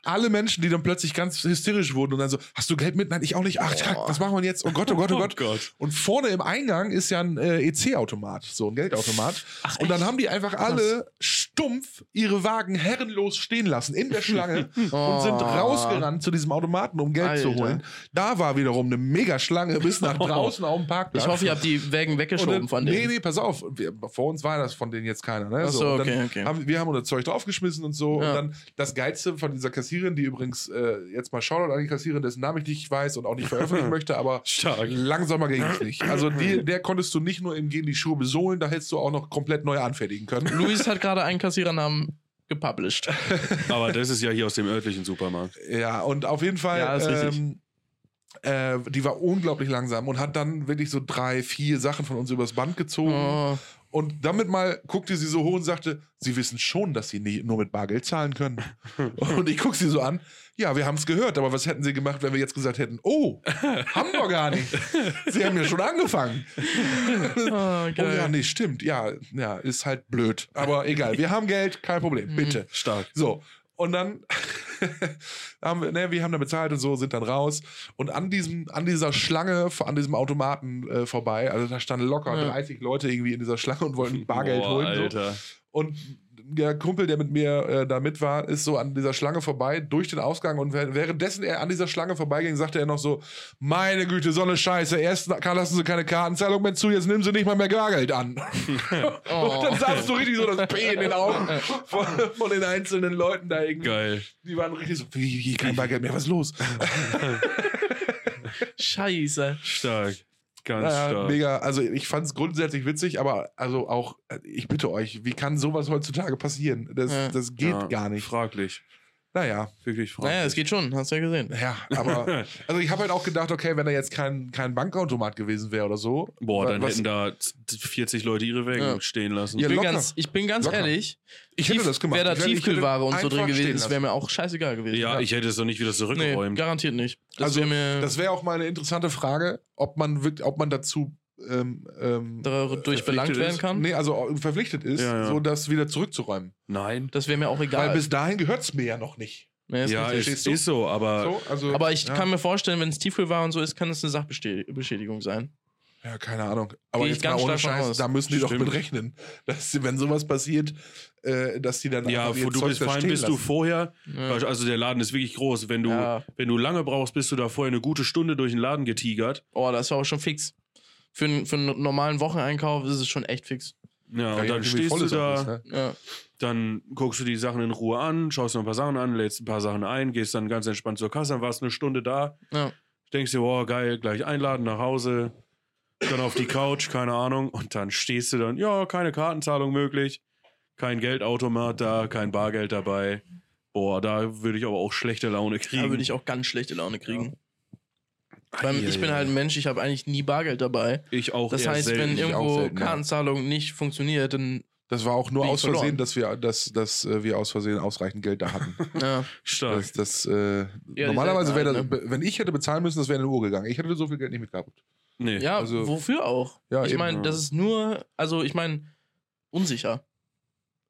S2: alle Menschen, die dann plötzlich ganz hysterisch wurden und dann so, hast du Geld mit? Nein, ich auch nicht. Ach, kack, was machen wir jetzt? Oh Gott, oh Gott, oh Gott. Und vorne im Eingang ist ja ein äh, EC-Automat, so ein Geldautomat.
S3: Ach,
S2: und dann haben die einfach alle stumpf ihre Wagen herrenlos stehen lassen in der Schlange und sind rausgerannt zu diesem Automaten, um Geld zu
S3: Oh. Alter.
S2: holen. Da war wiederum eine mega Schlange bis nach draußen auf dem Parkplatz.
S3: Ich hoffe, ihr habt die Wägen
S2: Und
S3: weggeschoben
S2: dann,
S3: von
S2: nee,
S3: denen.
S2: nee, pass auf. Wir, vor uns war das von denen jetzt keiner. Ne?
S3: Ach so,
S2: und dann
S3: okay, okay.
S2: Haben, wir haben unser Zeug draufgeschmissen und so.
S3: Ja.
S2: Und dann das Geilste von dieser Kassierin, die übrigens äh, jetzt mal Shoutout an die Kassierin, dessen Namen ich nicht weiß und auch nicht veröffentlichen möchte, aber
S1: Stark.
S2: langsamer ging es nicht. Also die, der konntest du nicht nur im Gehen die Schuhe besohlen, da hättest du auch noch komplett neu anfertigen können.
S3: Luis hat gerade einen Kassierernamen gepublished.
S1: Aber das ist ja hier aus dem örtlichen Supermarkt.
S2: Ja, und auf jeden Fall.
S3: Ja, ist richtig.
S2: ähm, äh, die war unglaublich langsam und hat dann wirklich so drei, vier Sachen von uns übers Band gezogen.
S3: Oh.
S2: Und damit mal guckte sie so hoch und sagte, sie wissen schon, dass sie nie, nur mit Bargeld zahlen können. Und ich gucke sie so an, ja, wir haben es gehört, aber was hätten sie gemacht, wenn wir jetzt gesagt hätten, oh, haben wir gar nicht. Sie haben ja schon angefangen.
S3: Oh, geil.
S2: Oh ja, nee, stimmt. Ja, ja, ist halt blöd. Aber egal, wir haben Geld, kein Problem, bitte.
S1: Stark.
S2: So, und dann haben wir, ne, wir haben da bezahlt und so, sind dann raus. Und an diesem, an dieser Schlange, an diesem Automaten äh, vorbei, also da standen locker
S3: Ja.
S2: 30 Leute irgendwie in dieser Schlange und wollten Bargeld
S1: Boah,
S2: holen. So.
S1: Alter.
S2: Und der Kumpel, der mit mir äh, da mit war, ist so an dieser Schlange vorbei, durch den Ausgang. Und wäh- währenddessen er an dieser Schlange vorbeiging, sagte er noch so: Meine Güte, so eine Scheiße. Erst ka- lassen sie keine Kartenzahlung mehr zu, jetzt nehmen sie nicht mal mehr Bargeld an.
S3: Oh.
S2: Und dann saß so richtig so das P in den Augen von, von den einzelnen Leuten da irgendwie.
S1: Geil.
S2: Die waren richtig so, wie, wie kein Bargeld mehr, was ist los?
S3: Scheiße.
S1: Stark. Ganz
S2: Naja,
S1: stark.
S2: mega, also ich fand es grundsätzlich witzig, aber also auch, äh, ich bitte euch, wie kann sowas heutzutage passieren? Das,
S3: Ja.
S2: das geht
S1: Ja,
S2: gar nicht.
S1: Fraglich.
S2: Naja,
S1: Wirklich fraglich.
S3: Naja, es geht schon, hast ja gesehen.
S2: ja, aber also ich habe halt auch gedacht, okay, wenn da jetzt kein, kein Bankautomat gewesen wäre oder so.
S1: Boah,
S2: wa-
S1: dann hätten da 40 Leute ihre Wägen
S3: Ja.
S1: stehen lassen.
S2: Ja,
S3: Ich bin,
S2: locker.
S3: ganz, ich bin ganz
S2: Locker.
S3: ehrlich,
S2: ich hätte das gemacht.
S3: wäre da
S2: Ich hätte- ich hätte
S3: Tiefkühlware und so drin
S2: einfach stehen
S3: gewesen, das
S2: lassen.
S3: wäre mir auch scheißegal gewesen.
S1: Ja, ich hätte es doch nicht wieder
S3: nee,
S1: zurückgeräumt.
S3: garantiert nicht. Das
S2: Also,
S3: wäre mir
S2: Das wäre auch mal eine interessante Frage, ob man, wirkt, ob man dazu ähm, ähm,
S3: dadurch
S2: verpflichtet
S3: belangt werden
S2: ist.
S3: kann.
S2: Nee, also verpflichtet ist,
S1: Ja, ja.
S2: so das wieder zurückzuräumen.
S1: Nein.
S3: Das wäre mir auch
S2: Weil
S3: egal.
S2: bis dahin gehört es mir ja noch nicht.
S3: Nee, ist
S1: ja,
S3: richtig.
S1: ist,
S2: verstehst du?
S1: ist so, aber
S2: So, also,
S3: Aber ich
S2: ja.
S3: kann mir vorstellen, wenn es Tiefkühlware und so ist, kann es eine Sachbeschädigung sein.
S2: Ja, keine Ahnung. Aber
S3: Geh ich
S2: jetzt mal
S3: ganz
S2: ohne
S3: stark von
S2: Scheiß,
S3: aus.
S2: da müssen die doch
S1: Stimmt.
S2: mit rechnen, dass sie, wenn sowas passiert, äh, dass die dann
S1: ja,
S2: einfach ihr
S1: wo du
S2: Zeug
S1: bist,
S2: da
S1: vor allem
S2: stehen
S1: bist du
S2: lassen.
S1: vorher,
S3: Ja.
S1: also der Laden ist wirklich groß. Wenn du,
S3: Ja.
S1: wenn du lange brauchst, bist du da vorher eine gute Stunde durch den Laden getigert.
S3: Oh, das war auch schon fix. Für, einen- für einen normalen Wocheneinkauf ist es schon echt fix.
S1: Ja,
S2: Ja,
S1: und
S2: je
S1: dann
S2: nachdem, wie
S1: stehst
S2: voll
S1: du
S2: es auch
S1: da,
S2: ist, ne?
S3: Ja.
S1: dann guckst du die Sachen in Ruhe an, schaust noch ein paar Sachen an, lädst ein paar Sachen ein, gehst dann ganz entspannt zur Kasse, dann warst eine Stunde da,
S3: Ja.
S1: denkst dir, boah, geil, gleich einladen nach Hause, dann auf die Couch, keine Ahnung, und dann stehst du dann, ja, keine Kartenzahlung möglich, kein Geldautomat da, kein Bargeld dabei. Boah, da würde ich aber auch schlechte Laune kriegen.
S3: Da würde ich auch ganz schlechte Laune kriegen. Weil
S1: Ei,
S3: ich
S1: ei,
S3: bin
S1: ei.
S3: halt ein Mensch, ich habe eigentlich nie Bargeld dabei.
S1: ich auch
S3: Das
S1: eher
S3: heißt,
S1: selten.
S3: wenn
S2: ich auch
S3: irgendwo
S2: selten, ja.
S3: Kartenzahlung nicht funktioniert, dann.
S2: Das war auch nur
S3: Bin ich
S2: aus Versehen,
S3: verloren.
S2: dass wir, dass, dass äh, wir aus Versehen ausreichend Geld da hatten.
S3: Ja.
S1: Stark.
S2: das, das, äh,
S3: die
S2: normalerweise wäre das,
S3: selten
S2: wenn ich hätte bezahlen müssen, das wäre in die Uhr gegangen. Ich hätte so viel Geld nicht mitgehabt.
S1: Nee.
S3: Ja,
S2: Also-
S3: wofür auch?
S2: Ja,
S3: ich
S2: eben,
S3: meine,
S1: ja.
S3: das ist nur, also ich meine, unsicher.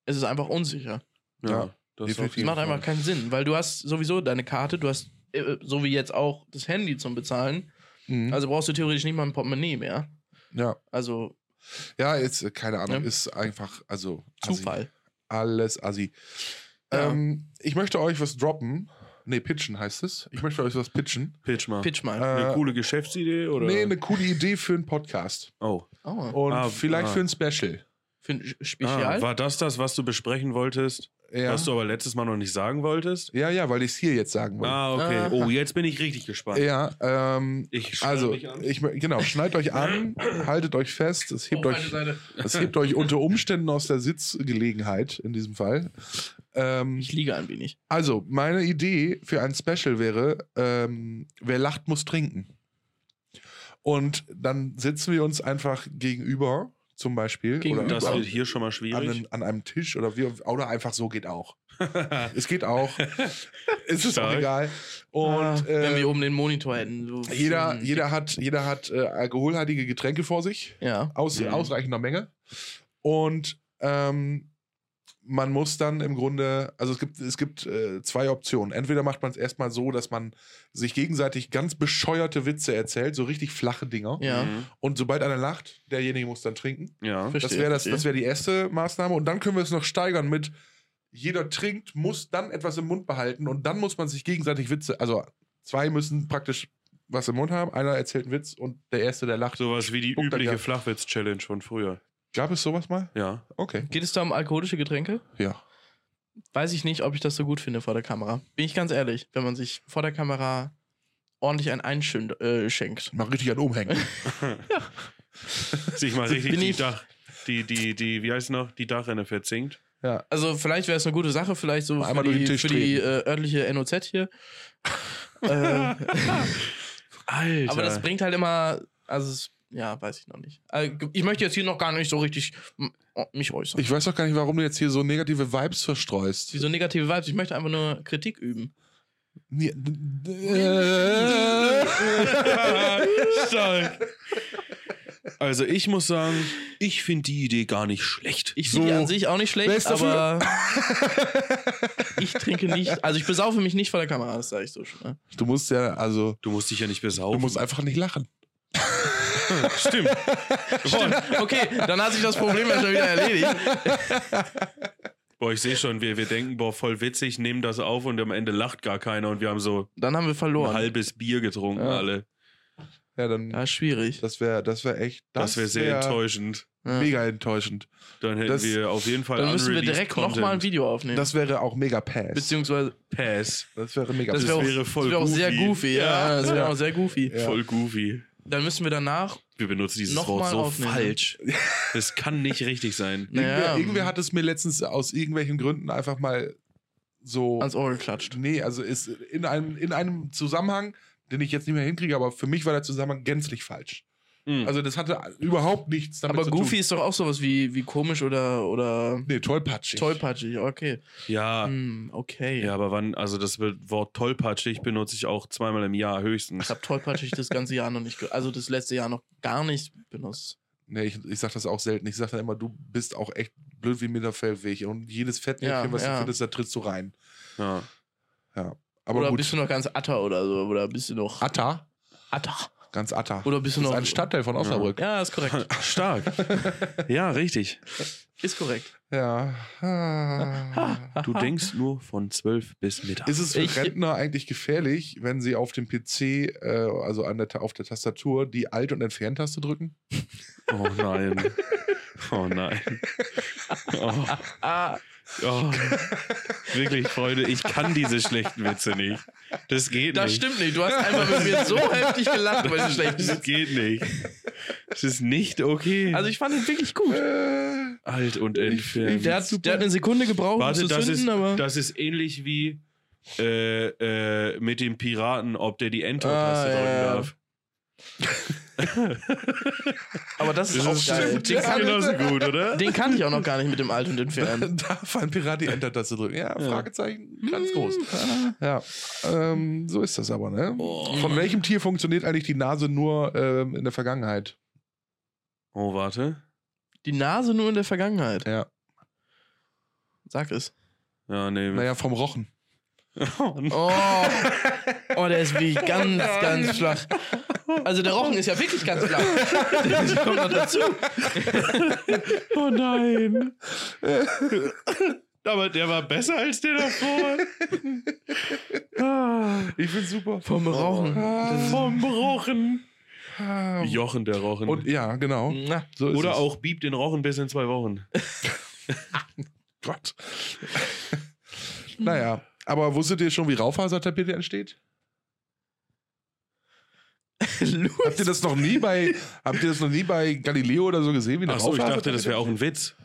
S3: Es ist einfach unsicher.
S2: ja,
S1: das ist
S2: definitiv.
S3: Es
S1: auch-
S3: macht einfach keinen Sinn, weil du hast sowieso deine Karte, du hast äh, so wie jetzt auch das Handy zum Bezahlen.
S2: Mhm.
S3: Also brauchst du theoretisch nicht mal ein Portemonnaie mehr.
S2: ja.
S3: Also
S2: ja, jetzt, äh, keine Ahnung,
S3: Ne?
S2: ist einfach, also assi.
S3: Zufall.
S2: Alles assi.
S3: Ja.
S2: Ähm, ich möchte euch was droppen. Nee, pitchen heißt es. Ich möchte euch was pitchen.
S1: Pitch mal.
S3: Pitch mal.
S1: Eine
S2: Äh,
S1: coole Geschäftsidee oder?
S2: Nee, eine coole Idee für einen Podcast.
S1: oh.
S3: oh.
S2: Und
S1: Ah,
S2: vielleicht
S1: ah.
S2: für ein Special.
S3: Für ein Sch- Spezial?
S1: Ah, war das das, was du besprechen wolltest,
S2: Ja,
S1: was du aber letztes Mal noch nicht sagen wolltest?
S2: ja, ja weil ich es hier jetzt sagen wollte.
S1: Ah, okay.
S3: Ah.
S1: Oh, jetzt bin ich richtig gespannt.
S2: Ja, ähm,
S1: Ich schneide
S2: also,
S1: mich an.
S2: ich, mö- genau, schneidet euch an, haltet euch fest, es hebt,
S3: Auf eine
S2: euch,
S3: Seite.
S2: es hebt euch unter Umständen aus der Sitzgelegenheit in diesem Fall. Ähm,
S3: Ich liege ein wenig.
S2: also, meine Idee für ein Special wäre, ähm, wer lacht, muss trinken. Und dann sitzen wir uns einfach gegenüber, zum Beispiel,
S3: Gegenüber.
S1: das
S2: über-
S1: wird hier schon mal schwierig.
S2: an, einem- an einem Tisch oder wie, oder einfach so geht auch. es geht auch. es ist auch
S1: Stark.
S2: egal. Und
S3: Ah, wenn
S2: äh,
S3: wir oben den Monitor hätten. So
S2: jeder,
S3: bisschen-
S2: jeder hat, jeder hat äh, alkoholhaltige Getränke vor sich,
S3: Ja.
S2: aus
S1: Mhm.
S2: ausreichender Menge. Und ähm, man muss dann im Grunde, also es gibt, es gibt äh, zwei Optionen. Entweder macht man es erstmal so, dass man sich gegenseitig ganz bescheuerte Witze erzählt, so richtig flache Dinger.
S3: Ja.
S1: Mhm.
S2: Und sobald einer lacht, derjenige muss dann trinken.
S1: Ja.
S3: Verstehe,
S2: das wäre das,
S3: verstehe.
S2: das wär die erste Maßnahme. Und dann können wir es noch steigern mit jeder trinkt, muss dann etwas im Mund behalten und dann muss man sich gegenseitig Witze. Also zwei müssen praktisch was im Mund haben, einer erzählt einen Witz und der Erste, der lacht.
S1: Sowas wie die
S2: Punkt
S1: übliche
S2: dafür.
S1: Flachwitz-Challenge von früher.
S2: Gab es sowas mal?
S1: Ja.
S2: Okay.
S3: Geht es da um alkoholische Getränke?
S2: Ja.
S3: Weiß ich nicht, ob ich das so gut finde vor der Kamera. Bin ich ganz ehrlich, wenn man sich vor der Kamera ordentlich ein Einschenkt. Äh, schenkt.
S2: Mal richtig an umhängen.
S1: Sich mal richtig
S3: Bin
S1: die
S3: ich-
S1: Dach, die, die, die, wie heißt noch, die Dachrinne verzinkt.
S2: ja.
S3: Also vielleicht wäre es eine gute Sache, vielleicht so
S2: Mal
S3: für
S2: einmal durch
S3: die,
S2: den Tisch
S3: für die äh, örtliche NOZ hier. äh,
S1: Alter.
S3: aber das bringt halt immer, also es, ja, weiß ich noch nicht. Also, ich möchte jetzt hier noch gar nicht so richtig m- oh, mich äußern.
S2: Ich weiß doch gar nicht, warum du jetzt hier so negative Vibes verstreust.
S3: Wieso negative Vibes? Ich möchte einfach nur Kritik üben.
S2: Nee, äh. d- d-
S1: Stark. Also ich muss sagen, ich finde die Idee gar nicht schlecht.
S3: Ich finde
S2: So.
S3: die an sich auch nicht
S2: Wer
S3: schlecht,
S2: ist dafür?
S3: aber ich trinke nicht, also ich besaufe mich nicht vor der Kamera, das sage ich so schon. Ne?
S2: Du musst ja, also,
S1: Du musst dich ja nicht
S2: du
S1: besaufen.
S2: musst einfach nicht lachen.
S1: Stimmt. Stimmt.
S3: Okay, dann hat sich das Problem ja schon wieder erledigt.
S1: Boah, ich sehe schon, wir, wir denken, boah, voll witzig, nehmen das auf und am Ende lacht gar keiner und wir haben so
S3: Dann haben wir
S1: ein
S3: verloren.
S1: halbes Bier getrunken
S2: Ja.
S1: alle.
S2: Ja, dann,
S3: Das ist schwierig.
S2: das wäre das wär echt,
S1: Das, wäre sehr
S2: wär
S1: enttäuschend.
S3: Ja.
S2: Mega enttäuschend.
S1: Dann hätten
S2: Das-
S1: wir auf jeden Fall
S3: Dann müssen wir
S1: unreleased
S3: direkt
S1: Content.
S3: nochmal ein Video aufnehmen.
S2: Das wäre auch mega pass.
S3: Beziehungsweise,
S1: Pass.
S2: Das wäre mega
S3: das
S1: Das
S3: wäre auch,
S2: pass.
S1: wäre voll
S3: das wär auch sehr
S1: goofy.
S3: goofy. Ja,
S1: Ja.
S3: das wäre
S2: Ja.
S3: auch sehr goofy.
S2: Ja.
S1: Voll goofy.
S3: Dann müssen wir danach
S1: Wir benutzen dieses Wort
S3: nochmal
S1: so
S3: aufnehmen.
S1: falsch. Das kann nicht richtig sein.
S3: Naja, hm.
S2: irgendwer, irgendwer hat es mir letztens aus irgendwelchen Gründen einfach mal so.
S3: ans Ohr geklatscht.
S2: nee, also ist in einem, in einem Zusammenhang, den ich jetzt nicht mehr hinkriege, aber für mich war der Zusammenhang gänzlich falsch.
S1: Mhm.
S2: Also das hatte überhaupt nichts damit
S3: Hm. Aber
S2: zu
S3: Goofy
S2: tun.
S3: ist doch auch sowas wie, wie komisch oder, oder
S2: Nee, tollpatschig.
S3: tollpatschig. Okay.
S1: ja,
S3: Hm, okay.
S1: ja, aber wann, also das Wort tollpatschig benutze ich auch zweimal im Jahr
S3: Ich
S1: höchstens.
S3: habe tollpatschig das ganze Jahr noch nicht, ge- also das letzte Jahr noch gar nicht benutzt.
S2: Nee, ich, ich sag das auch selten. Ich sag dann immer, du bist auch echt blöd wie Mitterfeldweg. Und jedes Fettnäpfchen,
S3: Ja,
S2: was
S3: ja.
S2: du findest, da trittst du rein.
S1: Ja.
S2: Aber
S3: oder
S2: gut.
S3: bist du noch ganz atter oder so? Oder bist du noch
S2: Atta?
S3: atter?
S2: Ganz Atta.
S3: Oder bist du
S2: das ist
S3: noch.
S2: ein Stadtteil von Osnabrück.
S3: Ja, ist korrekt.
S1: Stark. Ja, richtig.
S3: Ist korrekt.
S2: Ja. Ah.
S1: Du denkst nur von 12 bis Mittag.
S2: Ist es für
S3: Ich-
S2: Rentner eigentlich gefährlich, wenn sie auf dem PC, äh, also an der, Ta- auf der Tastatur, die Alt- und Entferntaste drücken?
S1: Oh nein. Oh nein. Oh,
S3: Ah,
S1: oh. Wirklich, Freunde, ich kann diese schlechten Witze nicht. Das geht
S3: das
S1: nicht.
S3: stimmt nicht. Du hast einfach mit mir so heftig gelacht über den schlechten
S1: Das
S3: Witz.
S1: geht nicht. Das ist nicht okay.
S3: Also ich fand ihn wirklich gut.
S2: Äh,
S1: Alt und
S2: ich-
S1: entfernt.
S3: Der hat, der hat eine Sekunde gebraucht, um
S1: Warte,
S3: zu
S1: das,
S3: zünden,
S1: ist,
S3: aber.
S1: das ist ähnlich wie äh, äh, mit dem Piraten, ob der die Enter-Taste
S3: Ah,
S1: drücken
S3: ja.
S1: darf.
S3: Aber das ist
S1: Das
S3: auch
S1: ist
S3: geil.
S1: stimmt,
S3: Den
S1: das ist
S3: kann,
S1: genauso gut, oder?
S3: den kann ich auch noch gar nicht mit dem Alt und entfernen.
S2: Darf ein Pirat die Enter-Taste drücken? Ähm. Ja,
S1: Ja.
S2: Fragezeichen, ganz groß. Ja, ähm, so ist das aber, ne?
S1: Oh.
S2: Von welchem Tier funktioniert eigentlich die Nase nur ähm, in der Vergangenheit?
S1: Oh, warte.
S3: Die Nase nur in der Vergangenheit.
S2: Ja.
S3: Sag es.
S1: Ja, nee.
S2: Naja, vom Rochen.
S1: Oh, n-
S3: Oh, oh der ist wirklich ganz, ganz flach. Also der Rochen ist ja wirklich ganz flach. Das kommt noch dazu.
S1: oh nein. Aber der war besser als der davor. Ah,
S2: Ich finde super. Oh.
S3: Vom Rochen.
S1: Vom Rochen.
S2: Ah.
S1: Jochen, der Rochen.
S2: Und ja, genau.
S3: Na,
S2: So ist
S1: Oder
S2: es.
S1: auch Bieb den Rochen bis in zwei Wochen.
S2: Gott. naja, aber wusstet ihr schon, wie Raufasertapete entsteht? Habt ihr das noch nie bei, habt ihr das noch nie bei Galileo oder so gesehen? Wie eine
S1: Achso, ich dachte,
S2: Raufasertapete
S1: das wäre auch ein Witz.
S2: entsteht?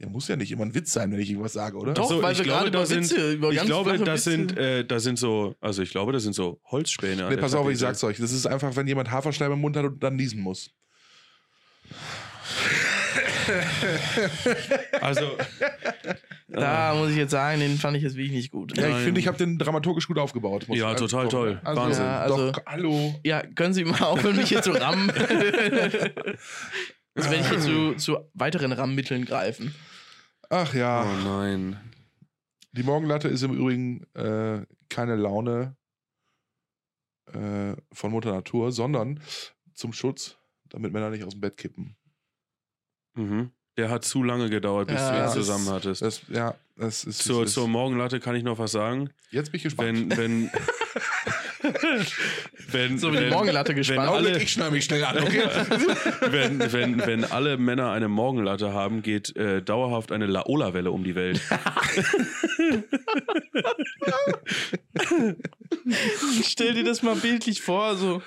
S2: Ja, muss ja nicht immer ein Witz sein, wenn ich irgendwas sage, oder?
S3: Doch,
S1: Ach so,
S3: weil
S1: ich
S3: wir
S1: glaube,
S3: gerade
S1: da
S3: über
S1: sind-
S3: Witze, über
S1: Ich
S3: ganz
S1: glaube,
S3: flache
S1: das
S3: Witze.
S1: sind, äh, das sind so, also ich glaube, das sind so Holzspäne. an
S2: Nee,
S1: der
S2: pass auf, ich
S1: Tapete.
S2: sag's euch. Das ist einfach, wenn jemand Haferschleim im Mund hat und dann niesen muss.
S1: Also,
S3: Da muss ich jetzt sagen, den fand ich jetzt wirklich nicht gut.
S2: Ja,
S1: Nein.
S2: ich finde, ich habe den dramaturgisch gut aufgebaut. muss
S1: Ja,
S2: ich
S1: total
S2: sagen.
S1: toll.
S2: Also,
S1: Wahnsinn.
S3: Ja, also-
S2: doch, hallo.
S3: Ja, können Sie mal aufhören, mich hier zu rammen? also wenn ich hier zu, zu weiteren Rammmitteln greifen.
S2: Ach ja.
S1: Oh nein.
S2: Die Morgenlatte ist im Übrigen äh, keine Laune äh, von Mutter Natur, sondern zum Schutz, damit Männer nicht aus dem Bett kippen.
S1: Mhm. Der hat zu lange gedauert, bis
S3: Ja,
S1: du ihn
S2: das-
S1: zusammen hattest.
S2: Das, ja, das ist.
S1: zur,
S2: das,
S1: zur Morgenlatte kann ich noch was sagen.
S2: jetzt bin ich gespannt.
S1: Wenn, wenn, wenn,
S3: So wie die
S1: wenn,
S3: Morgenlatte gespannt.
S1: alle-
S2: Augenblick, ich schneide mich schnell an, okay?
S1: wenn, wenn, wenn alle Männer eine Morgenlatte haben, geht äh, dauerhaft eine Laola-Welle um die Welt.
S3: Stell dir das mal bildlich vor, so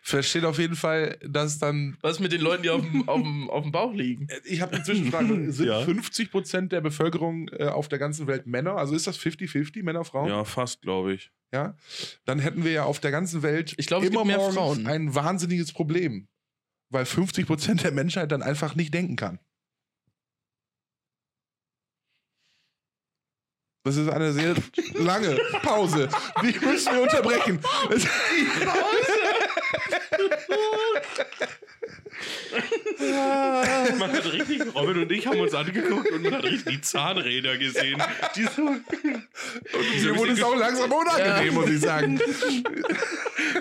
S2: Versteht auf jeden Fall, dass dann.
S3: was mit den Leuten, die auf dem, auf dem, auf dem Bauch liegen.
S2: Ich habe eine Zwischenfrage. Sind
S1: Ja.
S2: 50 Prozent der Bevölkerung äh, auf der ganzen Welt Männer? Also ist das 50-50, Männer, Frauen?
S1: Ja, fast, glaube ich.
S2: ja. Dann hätten wir ja auf der ganzen Welt
S3: Ich glaube, es
S2: immer
S3: gibt mehr
S2: morgens
S3: Frauen.
S2: ein wahnsinniges Problem. Weil 50 Prozent der Menschheit dann einfach nicht denken kann. Das ist eine sehr lange Pause. Die müssen wir unterbrechen. Es-
S1: Man hat richtig, Robin und ich haben uns angeguckt und man hat richtig die Zahnräder gesehen. Die so,
S2: Mir wurde es auch langsam unangenehm, muss ich sagen.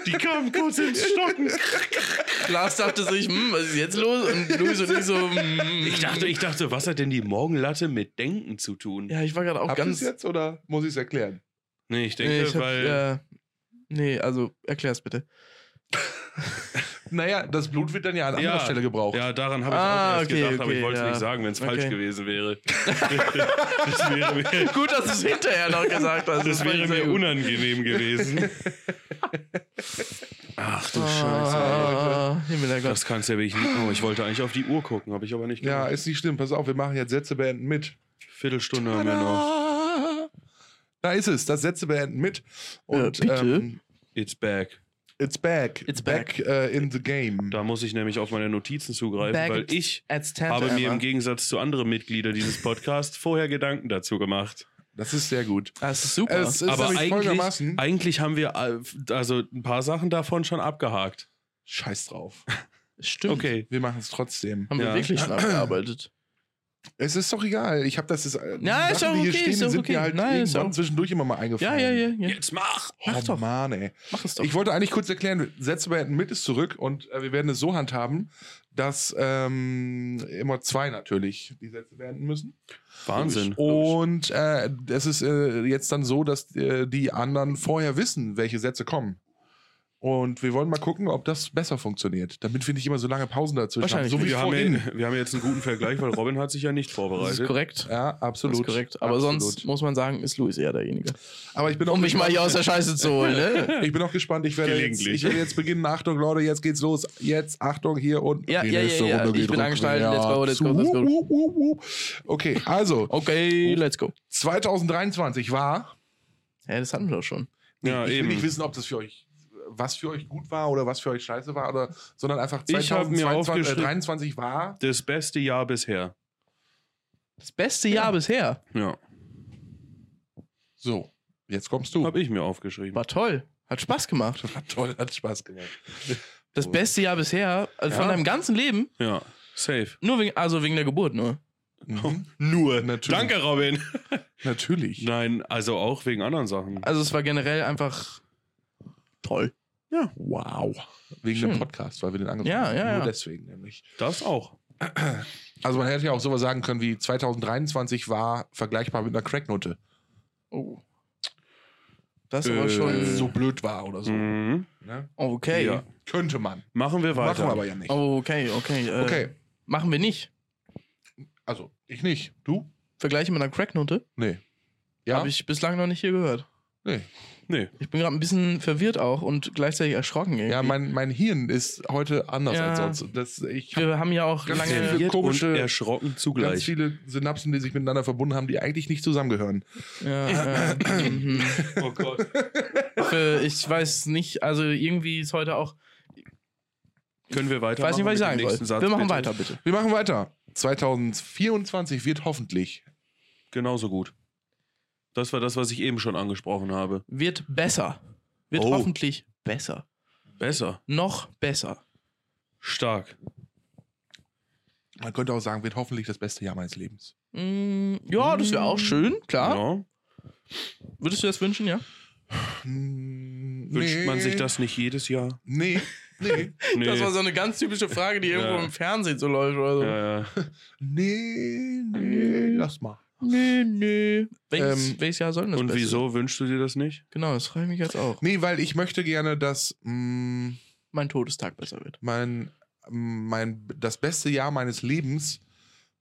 S1: die kamen kurz ins Stocken.
S3: Lars dachte sich, hm, was ist jetzt los? Und Luis und ich so, hm.
S1: Ich dachte, ich dachte, was hat denn die Morgenlatte mit Denken zu tun?
S3: Ja, ich war gerade auch
S2: Habt ihr es
S3: ganz.
S2: jetzt oder muss ich es erklären?
S1: Nee, ich denke,
S3: Nee, ich hab,
S1: weil.
S3: äh, nee, also erklär's bitte.
S2: Naja, das Blut wird dann ja an anderer
S1: Ja.
S2: Stelle gebraucht.
S1: Ja, daran habe ich
S3: Ah,
S1: auch erst
S3: okay,
S1: gedacht, aber
S3: okay,
S1: ich wollte es
S3: ja.
S1: nicht sagen, wenn es falsch
S3: Okay.
S1: gewesen wäre. das wäre mir,
S3: Gut, dass du es hinterher noch gesagt hast.
S1: das
S3: fand
S1: wäre
S3: ich sehr
S1: mir
S3: gut.
S1: unangenehm gewesen. Ach du Scheiße.
S3: Ah, Himmel, Herrgott.
S1: Das kannst du ja wirklich nicht. Oh, ich wollte eigentlich auf die Uhr gucken, habe ich aber nicht
S2: Ja,
S1: gemacht.
S2: ist nicht schlimm. Pass auf, wir machen jetzt Sätze beenden mit.
S1: Viertelstunde haben wir noch.
S2: Da ist es, das Sätze beenden mit. Und
S3: Äh, bitte?
S2: ähm,
S1: It's back.
S2: it's back.
S3: It's back.
S2: äh, in the game.
S1: Da muss ich nämlich auf meine Notizen zugreifen,
S3: Back
S1: weil
S3: at-
S1: ich
S3: at stand
S1: habe mir
S3: ever.
S1: im Gegensatz zu anderen Mitgliedern dieses Podcasts vorher Gedanken dazu gemacht.
S2: Das ist sehr gut.
S3: Das ist super.
S2: Es ist
S1: aber
S2: nämlich
S1: eigentlich,
S2: folgendermaßen.
S1: eigentlich haben wir äh, also ein paar Sachen davon schon abgehakt.
S2: Scheiß drauf.
S3: Stimmt.
S1: Okay.
S2: Wir machen es trotzdem.
S3: Haben
S1: Ja.
S3: wir wirklich dran gearbeitet.
S2: Es ist doch egal. Ich habe das. Ist, äh, die
S3: Ja, ist
S2: Sachen, die
S3: auch
S2: hier
S3: okay,
S2: stehen,
S3: ist
S2: die
S3: auch
S2: sind
S3: okay.
S2: mir halt
S3: Nein, ist
S2: irgendwann
S3: auch-
S2: zwischendurch immer mal
S3: Ja,
S2: eingefallen.
S3: ja, ja, ja.
S1: Jetzt mach!
S3: Mach
S2: Oh
S3: doch.
S2: Mann, ey.
S3: Mach es doch.
S2: Ich wollte eigentlich kurz erklären, Sätze beenden mit ist zurück und äh, wir werden es so handhaben, dass ähm, immer zwei natürlich die Sätze beenden müssen.
S1: Wahnsinn.
S2: Und äh, es ist äh, jetzt dann so, dass äh, die anderen vorher wissen, welche Sätze kommen. Und wir wollen mal gucken, ob das besser funktioniert, damit wir nicht immer so lange Pausen dazwischen
S3: Wahrscheinlich.
S2: haben. So wie
S1: wir, haben
S3: eh-
S2: vorhin.
S1: ja, wir haben ja jetzt einen guten Vergleich, weil Robin hat sich ja nicht
S3: das ist
S1: vorbereitet.
S3: korrekt.
S2: Ja, absolut.
S3: Das ist korrekt. Aber
S2: absolut.
S3: sonst muss man sagen, ist Luis eher derjenige.
S2: Aber ich bin auch
S3: Um mich mal hier aus der Scheiße zu holen, ne?
S2: Ich bin auch gespannt. Ich werde, jetzt,
S1: Gelegentlich.
S2: ich werde jetzt beginnen. Achtung, Leute, jetzt geht's los. Jetzt, Achtung, hier und
S3: Ja,
S2: die
S3: ja,
S2: nächste
S3: ja, ja.
S2: Runde
S3: Ich
S2: geht Uh,
S3: bin angeschnallt. Let's go, let's go, let's go.
S2: Wup, wup, wup, wup. Okay, also,
S3: Okay, let's go.
S2: 2023 war.
S3: Ja, das hatten wir doch schon.
S1: Ja,
S2: ich
S1: eben.
S2: will nicht wissen, ob das für euch was für euch gut war oder was für euch scheiße war, oder, sondern einfach
S1: Ich hab mir
S2: 2022, äh,
S1: aufgeschrieben-
S2: 23 war.
S1: Das beste Jahr bisher.
S3: Das beste Jahr bisher.
S1: Ja,
S2: So, jetzt kommst du.
S1: habe ich mir aufgeschrieben.
S3: War toll. Hat Spaß gemacht.
S2: War toll, hat Spaß gemacht.
S3: Das beste Jahr bisher also von
S1: Ja.
S3: deinem ganzen Leben.
S1: Ja, safe.
S3: Nur wegen, also wegen der Geburt nur.
S2: Mhm.
S1: Nur.
S2: Natürlich.
S1: Danke, Robin.
S2: Natürlich.
S1: Nein, also auch wegen anderen Sachen.
S3: Also es war generell einfach toll.
S2: Wow. Wegen
S3: Schön.
S2: dem Podcast, weil wir den angefangen
S3: Hm. Ja,
S2: haben.
S3: ja,
S2: Nur
S3: ja.
S2: deswegen nämlich.
S1: Das auch.
S2: Also man hätte ja auch sowas sagen können wie 2023 war vergleichbar mit einer Cracknote.
S3: Oh. Das ist aber
S1: Äh,
S3: schon
S2: So blöd war oder so.
S1: Mhm.
S2: Ne?
S3: Okay.
S1: Ja.
S2: Könnte man.
S1: Machen wir
S2: Machen
S1: weiter.
S2: wir aber ja nicht.
S3: Oh, okay, okay. Äh,
S2: Okay,
S3: Machen wir nicht.
S2: also ich nicht. Du?
S3: Vergleiche mit einer Cracknote.
S2: Nee. Ja?
S3: Habe ich bislang noch nicht hier gehört.
S2: nee.
S1: Nee.
S3: Ich bin gerade ein bisschen verwirrt auch und gleichzeitig erschrocken. Irgendwie.
S2: Ja, mein, mein Hirn ist heute anders
S3: Ja.
S2: als sonst. Das, ich habe
S3: wir haben ja auch
S2: Ganz
S3: lange.
S2: viel-
S1: Verwirrt
S2: komische-
S1: und erschrocken
S2: ganz
S1: zugleich.
S2: viele Synapsen, die sich miteinander verbunden haben, die eigentlich nicht zusammengehören.
S3: Ja, ja, mhm.
S1: Oh Gott.
S3: Für- ich weiß nicht, also irgendwie ist heute auch.
S1: Können wir
S3: Ich
S1: weiter?
S3: weiß nicht, was ich sagen soll. wir machen
S1: bitte?
S3: weiter, bitte.
S2: Wir machen weiter. 2024 wird hoffentlich
S1: Genauso gut. Das war das, was ich eben schon angesprochen habe.
S3: Wird besser. Wird
S1: Oh.
S3: hoffentlich besser.
S1: Besser.
S3: Noch besser.
S1: Stark.
S2: Man könnte auch sagen, wird hoffentlich das beste Jahr meines Lebens.
S3: Mm, ja, das wäre auch schön, klar.
S1: Ja.
S3: Würdest du das wünschen, ja?
S2: Hm,
S1: Wünscht
S2: nee.
S1: man sich das nicht jedes Jahr?
S2: Nee, nee,
S1: Nee.
S3: Das war so eine ganz typische Frage, die irgendwo
S1: Ja.
S3: im Fernsehen so läuft oder so.
S1: ja, ja.
S2: nee, nee, lass mal.
S3: Nö, nö. Welches,
S2: Ähm,
S3: welches Jahr soll denn das
S1: Und
S3: Beste?
S1: wieso wünschst du dir das nicht?
S3: Genau, das frage ich mich jetzt auch.
S2: Nee, weil ich möchte gerne, dass mh,
S3: Mein Todestag besser wird.
S2: mein, mm, mein, das beste Jahr meines Lebens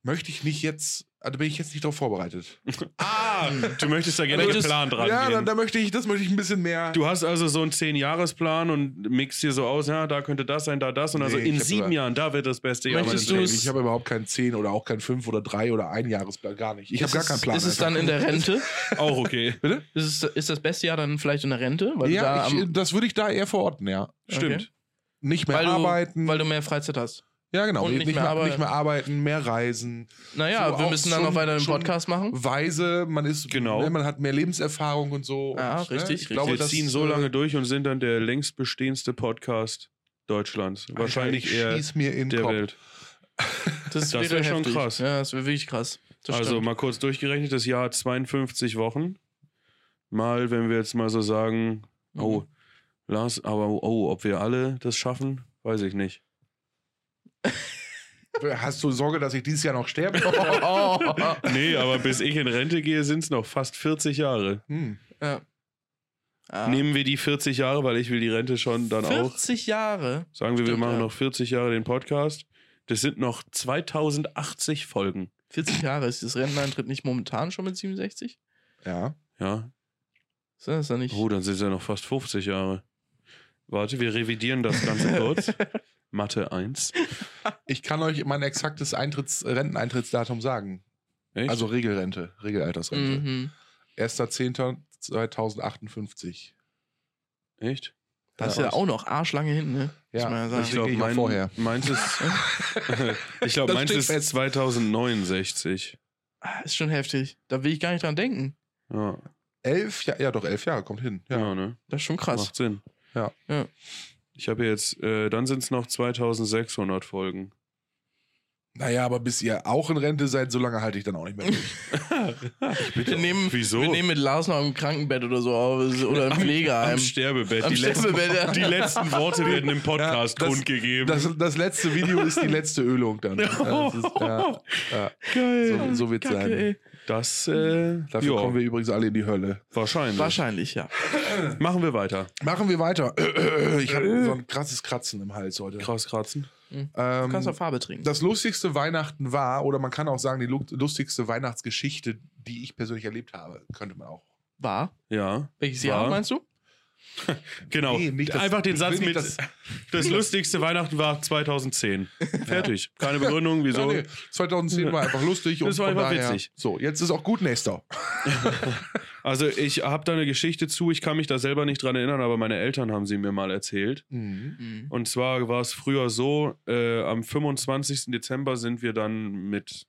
S2: möchte ich nicht jetzt, also bin ich jetzt nicht darauf vorbereitet.
S1: Ah, du möchtest da gerne
S3: Möchtest-
S1: geplant dran
S2: ja, da,
S1: gehen.
S2: da möchte ich, das möchte ich ein bisschen mehr.
S1: Du hast also so einen 10-Jahres-Plan und mixt dir so aus, ja, da könnte das sein, da das und also
S2: Nee, ich
S1: in
S2: hab
S1: sieben
S2: aber-
S1: Jahren, da wird das beste Jahr. meines
S3: Möchtest du
S2: ich
S3: es-
S1: Lebens.
S2: ich habe überhaupt keinen 10 oder auch keinen 5 oder 3 oder ein Jahresplan, gar nicht. Ich habe
S3: Ist
S2: gar
S3: es-
S2: keinen Plan.
S3: Ist es
S2: einfach.
S3: dann in der Rente?
S1: Auch okay.
S3: ist, es, ist das beste Jahr dann vielleicht in der Rente? Weil
S2: ja,
S3: du da
S2: ich, äh,
S3: am,
S2: das würde ich da eher verorten, ja.
S1: Stimmt.
S2: Nicht mehr
S3: weil,
S2: arbeiten.
S3: du, weil du mehr Freizeit hast.
S2: ja, genau.
S3: und
S2: nicht,
S3: nicht
S2: mehr
S3: mehr arbeiten.
S2: nicht mehr arbeiten, mehr reisen.
S3: Naja,
S2: So
S3: wir
S2: auch
S3: müssen dann
S2: schon-
S3: noch weiter den
S2: schon-
S3: Podcast machen.
S2: Weise, man ist,
S1: Genau.
S2: ne, man hat mehr Lebenserfahrung und so.
S3: Ah,
S2: und, ne,
S3: richtig,
S2: Ich glaube,
S1: Wir
S2: das,
S1: ziehen so
S2: äh,
S1: lange durch und sind dann der längst bestehendste Podcast Deutschlands.
S2: Alter,
S1: Wahrscheinlich
S2: ich
S1: eher
S2: schieß mir in den
S1: der
S2: Kopf.
S1: Welt.
S3: Das,
S1: Das
S3: wäre
S1: wär schon
S3: heftig.
S1: krass.
S3: Ja, das wäre wirklich krass. Das
S1: also
S3: stimmt.
S1: mal kurz durchgerechnet, das Jahr hat 52 Wochen. Mal, wenn wir jetzt mal so sagen,
S3: Mhm.
S1: oh, Lars, aber oh, ob wir alle das schaffen, weiß ich nicht.
S2: Hast du Sorge, dass ich dieses Jahr noch sterbe?
S3: Oh, oh, oh.
S1: Nee, aber bis ich in Rente gehe, sind es noch fast 40 Jahre.
S2: Hm.
S3: Ja. Ah.
S1: Nehmen wir die 40 Jahre, weil ich will die Rente schon dann auch.
S3: 40 Jahre.
S1: Sagen wir, wir
S3: Stimmt,
S1: machen
S3: ja.
S1: noch 40 Jahre den Podcast. Das sind noch 2080 Folgen.
S3: 40 Jahre ist das Renteneintritt nicht momentan schon mit 67?
S2: Ja.
S1: Ja.
S3: Ist das dann nicht?
S1: Oh, dann sind es ja noch fast 50 Jahre. Warte, wir revidieren das Ganze kurz. Mathe 1.
S2: Ich kann euch mein exaktes Eintritts Renteneintrittsdatum sagen.
S1: Echt?
S2: Also Regelrente, Regelaltersrente.
S3: Mhm.
S2: 1.10.2058.
S1: Echt?
S3: Das ist
S2: Ja.
S3: ja auch noch arschlange hinten, ne? Muss man
S2: Ja,
S3: sagen.
S2: ich glaube,
S1: glaub,
S2: mein, vorher.
S1: meins ist. ich glaube,
S2: Das
S1: meins
S2: steht
S1: ist
S2: fest.
S1: 2069.
S3: Ah, Ist schon heftig. Da will ich gar nicht dran denken.
S1: Ja,
S2: Elf Jahre, ja doch, elf Jahre, kommt hin.
S1: ja.
S2: Ja.
S1: ne?
S3: Das ist schon krass.
S1: Macht Sinn.
S2: Ja.
S3: Ja.
S1: Ich habe jetzt, äh, dann sind es noch 2600 Folgen.
S2: Naja, aber bis ihr auch in Rente seid, so lange halte ich dann auch nicht mehr durch.
S3: Wir nehmen,
S1: Wieso?
S3: wir nehmen mit Lars noch im Krankenbett oder so auf oder im Pflegeheim.
S1: Am Sterbebett.
S3: Am
S1: die,
S3: Sterbebett, ja.
S1: letzten, die letzten Worte werden im Podcast
S2: Ja, das-
S1: kundgegeben.
S2: Das, das letzte Video ist die letzte Ölung dann. Ja, das ist, ja, ja.
S3: Geil.
S2: So- so wird's
S3: Kacke,
S2: sein.
S3: ey.
S1: Das, äh,
S2: Dafür
S1: ja,
S2: kommen wir übrigens alle in die Hölle.
S1: wahrscheinlich.
S3: Wahrscheinlich, ja.
S1: Machen wir weiter.
S2: Machen wir weiter. Ich habe so ein krasses Kratzen im Hals heute.
S1: Äh. Krass kratzen.
S3: Du kannst
S2: Ähm,
S3: auch Farbe trinken.
S2: das lustigste Weihnachten war, oder man kann auch sagen, die lu- lustigste Weihnachtsgeschichte, die ich persönlich erlebt habe, könnte man auch.
S3: War?
S1: Ja,
S3: Welches
S1: War.
S3: Jahr meinst du?
S1: genau.
S2: Nee, nicht das-
S1: Einfach den
S2: ich
S1: Satz
S2: will
S1: mit,
S2: nicht
S1: das,
S2: das-
S1: lustigste Weihnachten war 2010. Fertig. Keine Begründung, wieso.
S2: Ja, nee, 2010 war einfach lustig
S1: Das
S2: und
S1: war
S2: von
S1: einfach
S2: daher,
S1: witzig.
S2: So, jetzt ist auch gut, nächster.
S1: Also ich habe da eine Geschichte zu, ich kann mich da selber nicht dran erinnern, aber meine Eltern haben sie mir mal erzählt.
S2: Mhm.
S3: Mhm.
S1: Und zwar war es früher so, äh, am 25. Dezember sind wir dann mit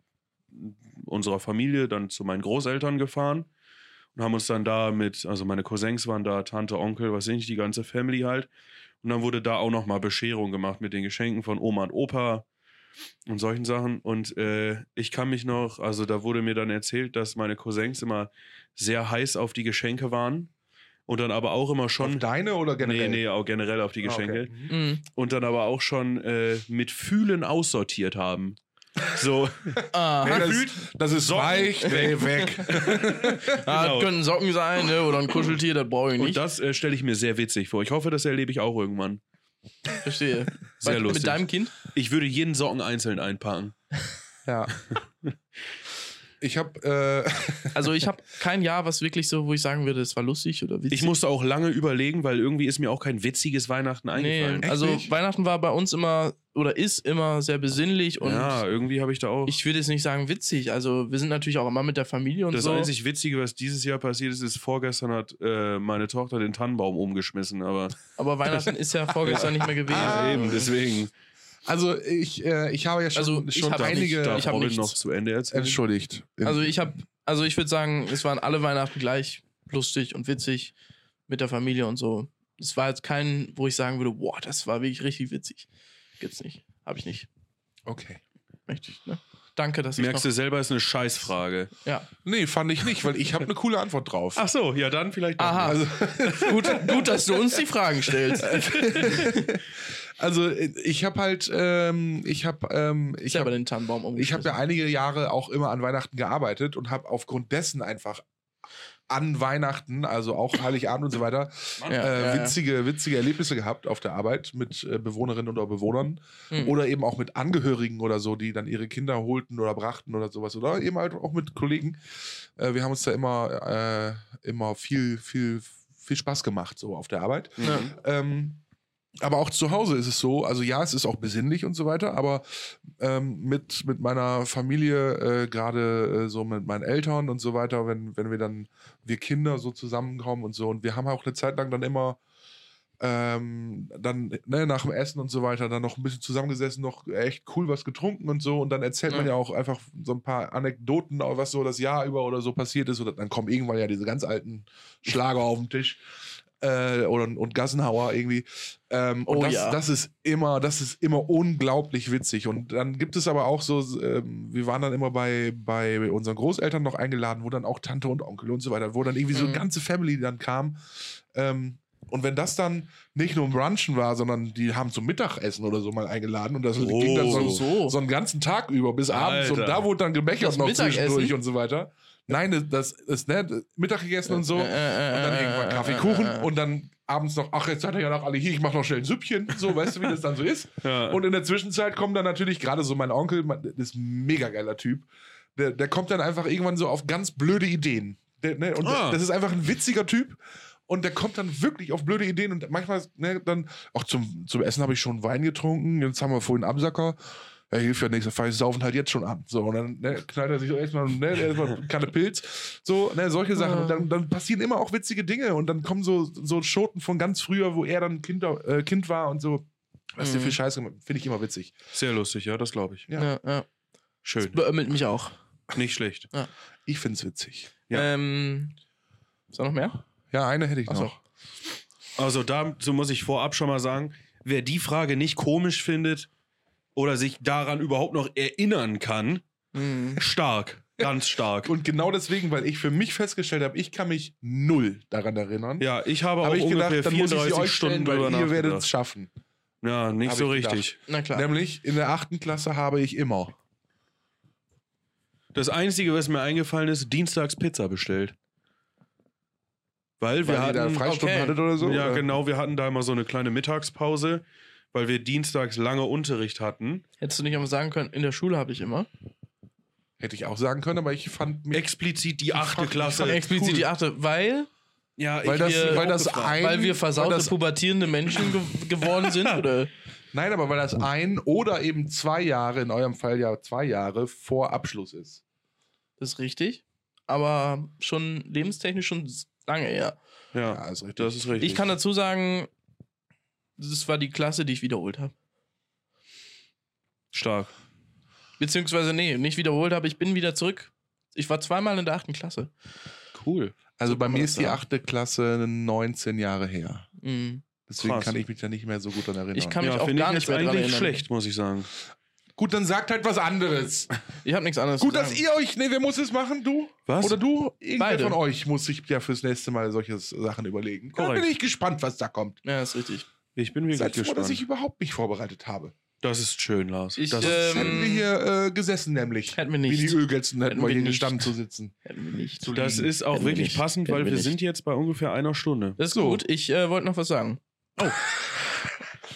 S1: unserer Familie dann zu meinen Großeltern gefahren und haben uns dann da mit, also meine Cousins waren da, Tante, Onkel, was weiß ich, die ganze Family halt. Und dann wurde da auch nochmal Bescherung gemacht mit den Geschenken von Oma und Opa und solchen Sachen. Und äh, ich kann mich noch, also da wurde mir dann erzählt, dass meine Cousins immer sehr heiß auf die Geschenke waren und dann aber auch immer
S2: Auf
S1: schon.
S2: deine oder generell?
S1: Mhm. Nee, nee, auch generell auf die
S2: Ah, okay.
S1: Geschenke
S2: Mhm.
S3: Mhm.
S1: und dann aber auch schon äh, mit Fühlen aussortiert haben. So,
S3: Ah,
S2: Nee, das,
S1: Gefühlt
S2: das ist
S1: Socken
S2: weich, nee, weg.
S1: genau. Mhm.
S3: ah, können Socken sein, ne? Oder ein Kuscheltier, das brauche ich
S1: und
S3: nicht.
S1: das äh, stelle ich mir sehr witzig vor. Ich hoffe, das erlebe ich auch irgendwann.
S3: Verstehe.
S1: Sehr
S3: Mit-
S1: lustig.
S3: Mit deinem Kind?
S1: Ich würde jeden Socken einzeln einpacken.
S2: ja. Ich habe äh,
S3: Also ich habe kein Jahr, was wirklich so, wo ich sagen würde, es war lustig oder witzig.
S1: Ich musste auch lange überlegen, weil irgendwie ist mir auch kein witziges Weihnachten eingefallen.
S3: Nee,
S2: Echt
S3: also
S2: nicht?
S3: Weihnachten war bei uns immer oder ist immer sehr besinnlich und
S1: ja, irgendwie habe ich da auch.
S3: ich würde jetzt nicht sagen witzig. Also wir sind natürlich auch immer mit der Familie und
S1: das
S3: so.
S1: einzig Witzige, was dieses Jahr passiert ist, ist, vorgestern hat äh, meine Tochter den Tannenbaum umgeschmissen. Aber
S3: Aber Weihnachten ist ja vorgestern nicht mehr gewesen.
S2: Ah,
S1: eben, deswegen.
S2: also ich, äh, ich habe ja schon,
S3: Also, ich
S2: schon
S3: hab
S2: einige.
S3: nicht-
S1: Darf
S3: ich hab
S1: Robin
S3: nichts.
S1: noch zu Ende erzählen?
S2: entschuldigt.
S3: Also ich habe, also ich würde sagen, es waren alle Weihnachten gleich lustig und witzig mit der Familie und so. Es war jetzt kein, wo ich sagen würde, boah, das war wirklich richtig witzig. Gibt's nicht. Habe ich nicht.
S2: okay.
S3: möchte ich. Ne? Danke, dass ich
S1: Merkst du selber, ist eine Scheißfrage.
S3: noch, ja.
S2: Nee, fand ich nicht, weil ich habe eine coole Antwort drauf.
S3: Ah.
S1: Ach so, ja dann vielleicht.
S3: Aha.
S1: nicht.
S3: gut, gut, dass du uns die Fragen stellst.
S2: Also ich habe halt, ähm, ich habe, ähm, ich
S3: Ich habe
S2: habe
S3: den Tannenbaum
S2: ich
S3: umgeschmissen.
S2: hab ja einige Jahre auch immer an Weihnachten gearbeitet und habe aufgrund dessen einfach an Weihnachten, also auch Heiligabend und so weiter,
S1: Mann.
S3: Ja.
S2: äh, witzige, witzige Erlebnisse gehabt auf der Arbeit mit äh, Bewohnerinnen oder Bewohnern
S3: Hm.
S2: oder eben auch mit Angehörigen oder so, die dann ihre Kinder holten oder brachten oder sowas oder eben halt auch mit Kollegen. Äh, wir haben uns da immer, äh, immer viel, viel, viel Spaß gemacht so auf der Arbeit.
S3: Ja.
S2: Ähm, aber auch zu Hause ist es so, also ja, es ist auch besinnlich und so weiter, aber ähm, mit, mit meiner Familie, äh, gerade äh, so mit meinen Eltern und so weiter, wenn, wenn wir dann, wir Kinder so zusammenkommen und so, und wir haben auch eine Zeit lang dann immer ähm, dann ne, nach dem Essen und so weiter dann noch ein bisschen zusammengesessen, noch echt cool was getrunken und so und dann erzählt man
S3: Ja.
S2: ja auch einfach so ein paar Anekdoten, was so das Jahr über oder so passiert ist oder dann kommen irgendwann ja diese ganz alten Schlager auf den Tisch äh, oder, und Gassenhauer irgendwie. Ähm, und
S3: Oh
S2: das,
S3: ja.
S2: das ist immer, das ist immer unglaublich witzig. Und dann gibt es aber auch so, ähm, wir waren dann immer bei, bei unseren Großeltern noch eingeladen, wo dann auch Tante und Onkel und so weiter, wo dann irgendwie so
S3: Mhm.
S2: eine ganze Family dann kam. Ähm, und wenn das dann nicht nur ein Brunchen war, sondern die haben zum Mittagessen oder so mal eingeladen und das
S1: Oh.
S2: ging dann so,
S3: Ach so.
S2: so einen ganzen Tag über bis abends und
S1: Alter.
S2: da wurde dann gemächert
S3: Das
S2: noch
S3: Mittagessen?
S2: zwischendurch und so weiter. Nein, das, das ist ne, Mittag gegessen und so.
S3: Äh, äh,
S2: Und dann
S3: äh,
S2: irgendwann
S3: äh,
S2: Kaffee,
S3: äh,
S2: Kuchen
S3: äh, äh.
S2: und dann abends noch, ach, jetzt seid ihr ja noch alle hier, ich mach noch schnell ein Süppchen. So, weißt du, wie das dann so ist?
S1: Ja.
S2: Und in der Zwischenzeit kommen dann natürlich gerade so mein Onkel, mein- das ist ein mega geiler Typ, der, der kommt dann einfach irgendwann so auf ganz blöde Ideen. Der, ne, und
S1: Ah.
S2: das ist einfach ein witziger Typ. Und der kommt dann wirklich auf blöde Ideen und manchmal, ne, dann, auch zum, zum Essen habe ich schon Wein getrunken, jetzt haben wir vorhin Absacker. Ja, hilft ja nichts, dann fange ich das Saufen halt jetzt schon an. So, und dann ne, knallt er sich so erstmal, ne, erstmal Kanne Pilz. So, ne, solche Sachen. Und dann, dann passieren immer auch witzige Dinge. Und dann kommen so, so Schoten von ganz früher, wo er dann Kind, äh, kind war und so. Was der
S3: Mhm.
S2: für Scheiße gemacht Finde ich immer witzig.
S1: Sehr lustig, ja, das glaube ich.
S2: Ja.
S3: Ja, ja.
S1: Schön.
S3: Beömmelt mich auch.
S1: Nicht schlecht.
S2: Ich finde es witzig.
S1: Ja.
S3: Ähm, ist da noch mehr?
S2: Ja, eine hätte ich
S3: Ach so.
S2: noch.
S1: Also dazu muss ich vorab schon mal sagen, wer die Frage nicht komisch findet oder sich daran überhaupt noch erinnern kann,
S2: Hm.
S3: Mhm.
S1: stark, ganz stark.
S2: Und genau deswegen, weil ich für mich festgestellt habe, ich kann mich null daran erinnern.
S1: Ja, ich habe auch
S2: Habe ich
S1: ungefähr
S2: gedacht, dann muss ich sie
S1: 34
S2: euch
S1: Stunden
S2: stellen,
S1: drüber
S2: weil ihr werdet
S1: nachgedacht.
S2: es schaffen.
S1: Ja, nicht
S2: Habe
S1: so
S2: ich
S1: richtig.
S3: Na klar.
S2: Nämlich in der achten Klasse habe ich immer.
S1: Das Einzige, was mir eingefallen ist, dienstags Pizza bestellt. Weil wir
S2: Weil ihr da
S1: hatten...
S2: Freistunden
S3: okay.
S2: hattet oder so. Äh,
S1: ja,
S2: oder?
S1: genau, wir hatten da immer so eine kleine Mittagspause, weil wir dienstags lange Unterricht hatten.
S3: Hättest du nicht einmal sagen können, in der Schule habe ich immer.
S2: Hätte ich auch sagen können, aber ich fand mich.
S1: Explizit die achte
S2: fand- ich
S1: Klasse.
S2: fand-
S3: Explizit
S2: cool.
S3: die achte, weil,
S1: ja,
S2: weil das,
S3: hier
S2: weil das
S1: aufgefallen.
S2: ein.
S3: weil wir versaute,
S2: weil das,
S3: pubertierende Menschen ge geworden sind? Oder?
S2: Nein, aber weil das ein oder eben zwei Jahre, in eurem Fall ja zwei Jahre vor Abschluss ist.
S3: Das ist richtig. Aber schon lebenstechnisch schon lange her.
S1: Ja,
S2: ist richtig.
S1: das ist richtig.
S3: Ich kann dazu sagen, das war die Klasse, die ich wiederholt habe.
S1: Stark.
S3: Beziehungsweise, nee, nicht wiederholt habe, ich bin wieder zurück. Ich war zweimal in der achten Klasse.
S1: Cool.
S2: also bei
S3: kann man
S2: mir
S3: das
S2: ist die
S3: sagen.
S2: achte Klasse 19 Jahre her.
S3: Mhm.
S2: Deswegen
S1: Krass.
S2: kann ich mich da nicht mehr so gut daran erinnern.
S3: Ich kann mich
S1: Ja,
S3: auch
S1: finde ich
S3: gar nicht
S1: jetzt
S3: mehr dran
S1: eigentlich
S3: erinnern.
S1: schlecht, muss ich sagen.
S2: Gut, dann sagt halt was anderes.
S3: Ich habe nichts anderes
S2: Gut,
S3: zu
S2: dass
S3: sagen.
S2: ihr euch. Nee, wer muss es machen? Du?
S1: Was?
S2: Oder du? Irgendwer
S3: Beide.
S2: von euch muss sich ja fürs nächste Mal solche Sachen überlegen. Da
S1: Korrekt.
S2: bin ich gespannt, was da kommt.
S3: Ja, ist richtig.
S1: Ich bin wirklich
S2: Seid froh,
S1: gespannt.
S2: dass ich überhaupt mich vorbereitet habe.
S1: das ist schön, Lars.
S3: Ich,
S1: das
S2: Sonst
S1: ist,
S3: ähm,
S2: hätten wir hier äh, gesessen, nämlich.
S3: Hätten wir
S2: Wie
S3: nicht.
S2: die Ölgötzen hätten
S3: Hätten
S2: wir
S3: wir
S2: hier
S3: nicht.
S2: gestanden zu sitzen.
S3: Hätten wir nicht.
S1: das ist auch
S3: Hätten wir
S1: wirklich
S3: nicht.
S1: passend, weil
S3: Hätten
S1: wir
S3: wir nicht.
S1: sind jetzt bei ungefähr einer Stunde.
S3: Das ist
S2: So.
S3: gut. Ich äh, wollte noch was sagen.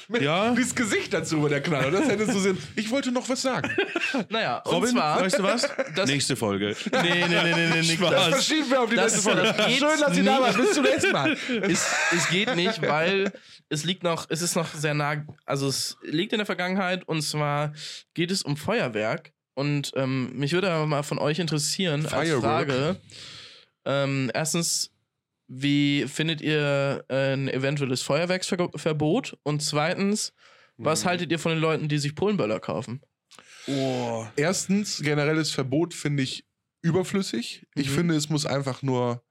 S1: Ja.
S2: Dieses Gesicht dazu war der Knaller. Das hättest du sehen. Ich wollte noch was sagen.
S3: Naja,
S1: Robin,
S3: und zwar.
S1: weißt du was?
S3: Das-
S1: Nächste Folge.
S3: nee, nee, nee, nee, nee,
S2: Das
S3: nee Spaß.
S2: verschieben wir auf die
S3: das
S2: nächste Folge.
S3: geht's
S2: Schön, dass ihr da
S3: nicht.
S2: wart. Bis zum nächsten Mal.
S3: es, es geht nicht, weil es liegt noch, es ist noch sehr nah, also es liegt in der Vergangenheit und zwar geht es um Feuerwerk und ähm, mich würde aber mal von euch interessieren
S2: Firework.
S3: als Frage. Ähm, erstens, wie findet ihr ein eventuelles Feuerwerksverbot? Und zweitens,
S2: Hm.
S3: was haltet ihr von den Leuten, die sich Polenböller kaufen?
S1: Oh.
S2: Erstens, generelles Verbot finde ich überflüssig. Ich
S3: Mhm.
S2: finde, es muss einfach nur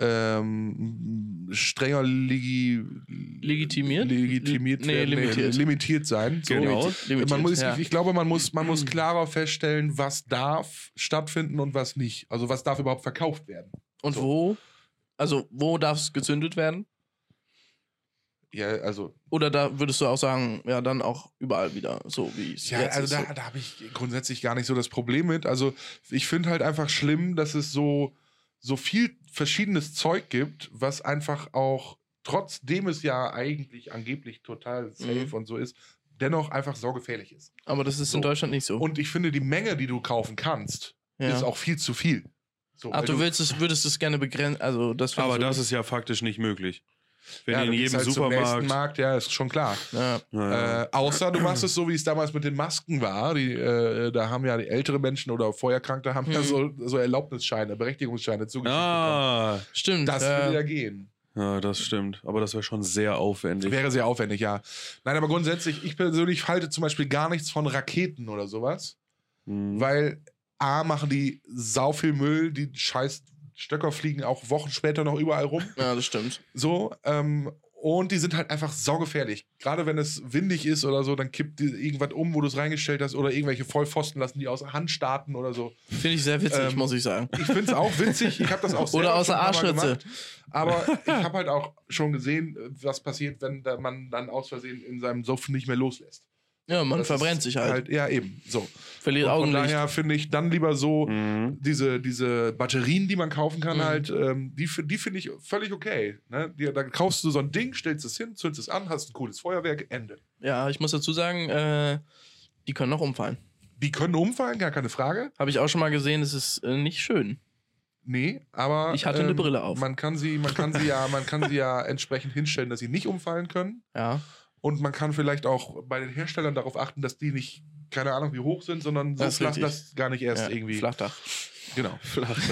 S2: ähm, strenger legi
S3: legitimiert?
S2: legitimiert
S3: Nee,
S2: werden,
S3: limitiert.
S2: Nee, limitiert sein. So.
S1: Genau.
S3: Limitiert,
S2: Man muss,
S3: ja. Mhm.
S2: ich, ich glaube, man muss, man muss klarer feststellen, was darf stattfinden und was nicht. Also was darf überhaupt verkauft werden.
S3: Und
S2: so.
S3: wo? Also, wo darf es gezündet werden?
S2: Ja, also,
S3: Oder da würdest du auch sagen, ja, dann auch überall wieder, so wie es
S2: ja,
S3: jetzt
S2: also
S3: ist.
S2: da, da habe ich grundsätzlich gar nicht so das Problem mit. Also ich finde halt einfach schlimm, dass es so, so viel verschiedenes Zeug gibt, was einfach auch, trotzdem es ja eigentlich angeblich total safe
S3: Mhm.
S2: und so ist, dennoch einfach saugefährlich ist.
S3: Aber das ist in
S2: So.
S3: Deutschland nicht so.
S2: Und ich finde, die Menge, die du kaufen kannst,
S3: ja.
S2: ist auch viel zu viel. So, also,
S3: Ach,
S2: weil
S3: du willst es, würdest es gerne begrenzen. Also, das findest
S1: Aber
S3: du,
S1: das ist ja faktisch nicht möglich. Wenn
S2: ja,
S1: in
S2: du gehst
S1: jedem
S2: halt zum nächsten
S1: Supermarkt.
S2: Markt, ja, ist schon klar.
S3: Ja.
S1: Ja, ja.
S2: Äh, außer du machst es so, wie es damals mit den Masken war. Die, äh, da haben ja die ältere Menschen oder Feuerkrankte haben ja
S3: Mhm.
S2: so, so Erlaubnisscheine, Berechtigungsscheine zugeschickt. bekommen.
S1: ah,
S3: Stimmt.
S2: Das
S3: ja.
S2: würde ja gehen.
S1: ja, das stimmt. Aber das wäre schon sehr aufwendig.
S2: Wäre sehr aufwendig, ja. Nein, aber grundsätzlich, ich persönlich halte zum Beispiel gar nichts von Raketen oder sowas,
S1: Hm.
S2: weil A, machen die sau viel Müll, die scheiß Stöcker fliegen auch Wochen später noch überall rum.
S3: ja, das stimmt.
S2: So, ähm, und die sind halt einfach saugefährlich. Gerade wenn es windig ist oder so, dann kippt die irgendwas um, wo du es reingestellt hast, oder irgendwelche Vollpfosten lassen die aus der Hand starten oder so.
S3: Finde ich sehr witzig,
S2: Ähm,
S3: muss ich sagen.
S2: Ich finde es auch witzig, ich habe das auch selber
S3: Oder aus
S2: schon
S3: der
S2: ein paar Mal
S3: Arschritze.
S2: gemacht. Aber ich habe halt auch schon gesehen, was passiert, wenn da man dann aus Versehen in seinem Sumpf nicht mehr loslässt.
S3: Ja, man
S2: Das
S3: verbrennt
S2: ist
S3: sich halt.
S2: Ja, eben. So.
S3: verliert
S2: Und von
S3: Augenlicht.
S2: daher finde ich dann lieber so,
S1: Mhm.
S2: diese, diese Batterien, die man kaufen kann,
S3: Mhm.
S2: halt, ähm, die, fi- die finde ich völlig okay. Ne? Die, dann kaufst du so ein Ding, stellst es hin, zündest es an, hast ein cooles Feuerwerk, Ende.
S3: Ja, ich muss dazu sagen, äh, die können noch umfallen.
S2: Die können umfallen, gar keine Frage.
S3: Habe ich auch schon mal gesehen, es ist äh, nicht schön.
S2: Nee, aber. ähm,
S3: Ich hatte eine Brille auf.
S2: Man kann sie, man kann sie ja, man kann sie ja entsprechend hinstellen, dass sie nicht umfallen können.
S3: Ja.
S2: Und man kann vielleicht auch bei den Herstellern darauf achten, dass die nicht, keine Ahnung, wie hoch sind, sondern so
S3: Das ist
S2: flach,
S3: richtig.
S2: dass gar nicht erst
S3: ja.
S2: irgendwie.
S3: Flachdach.
S2: Genau.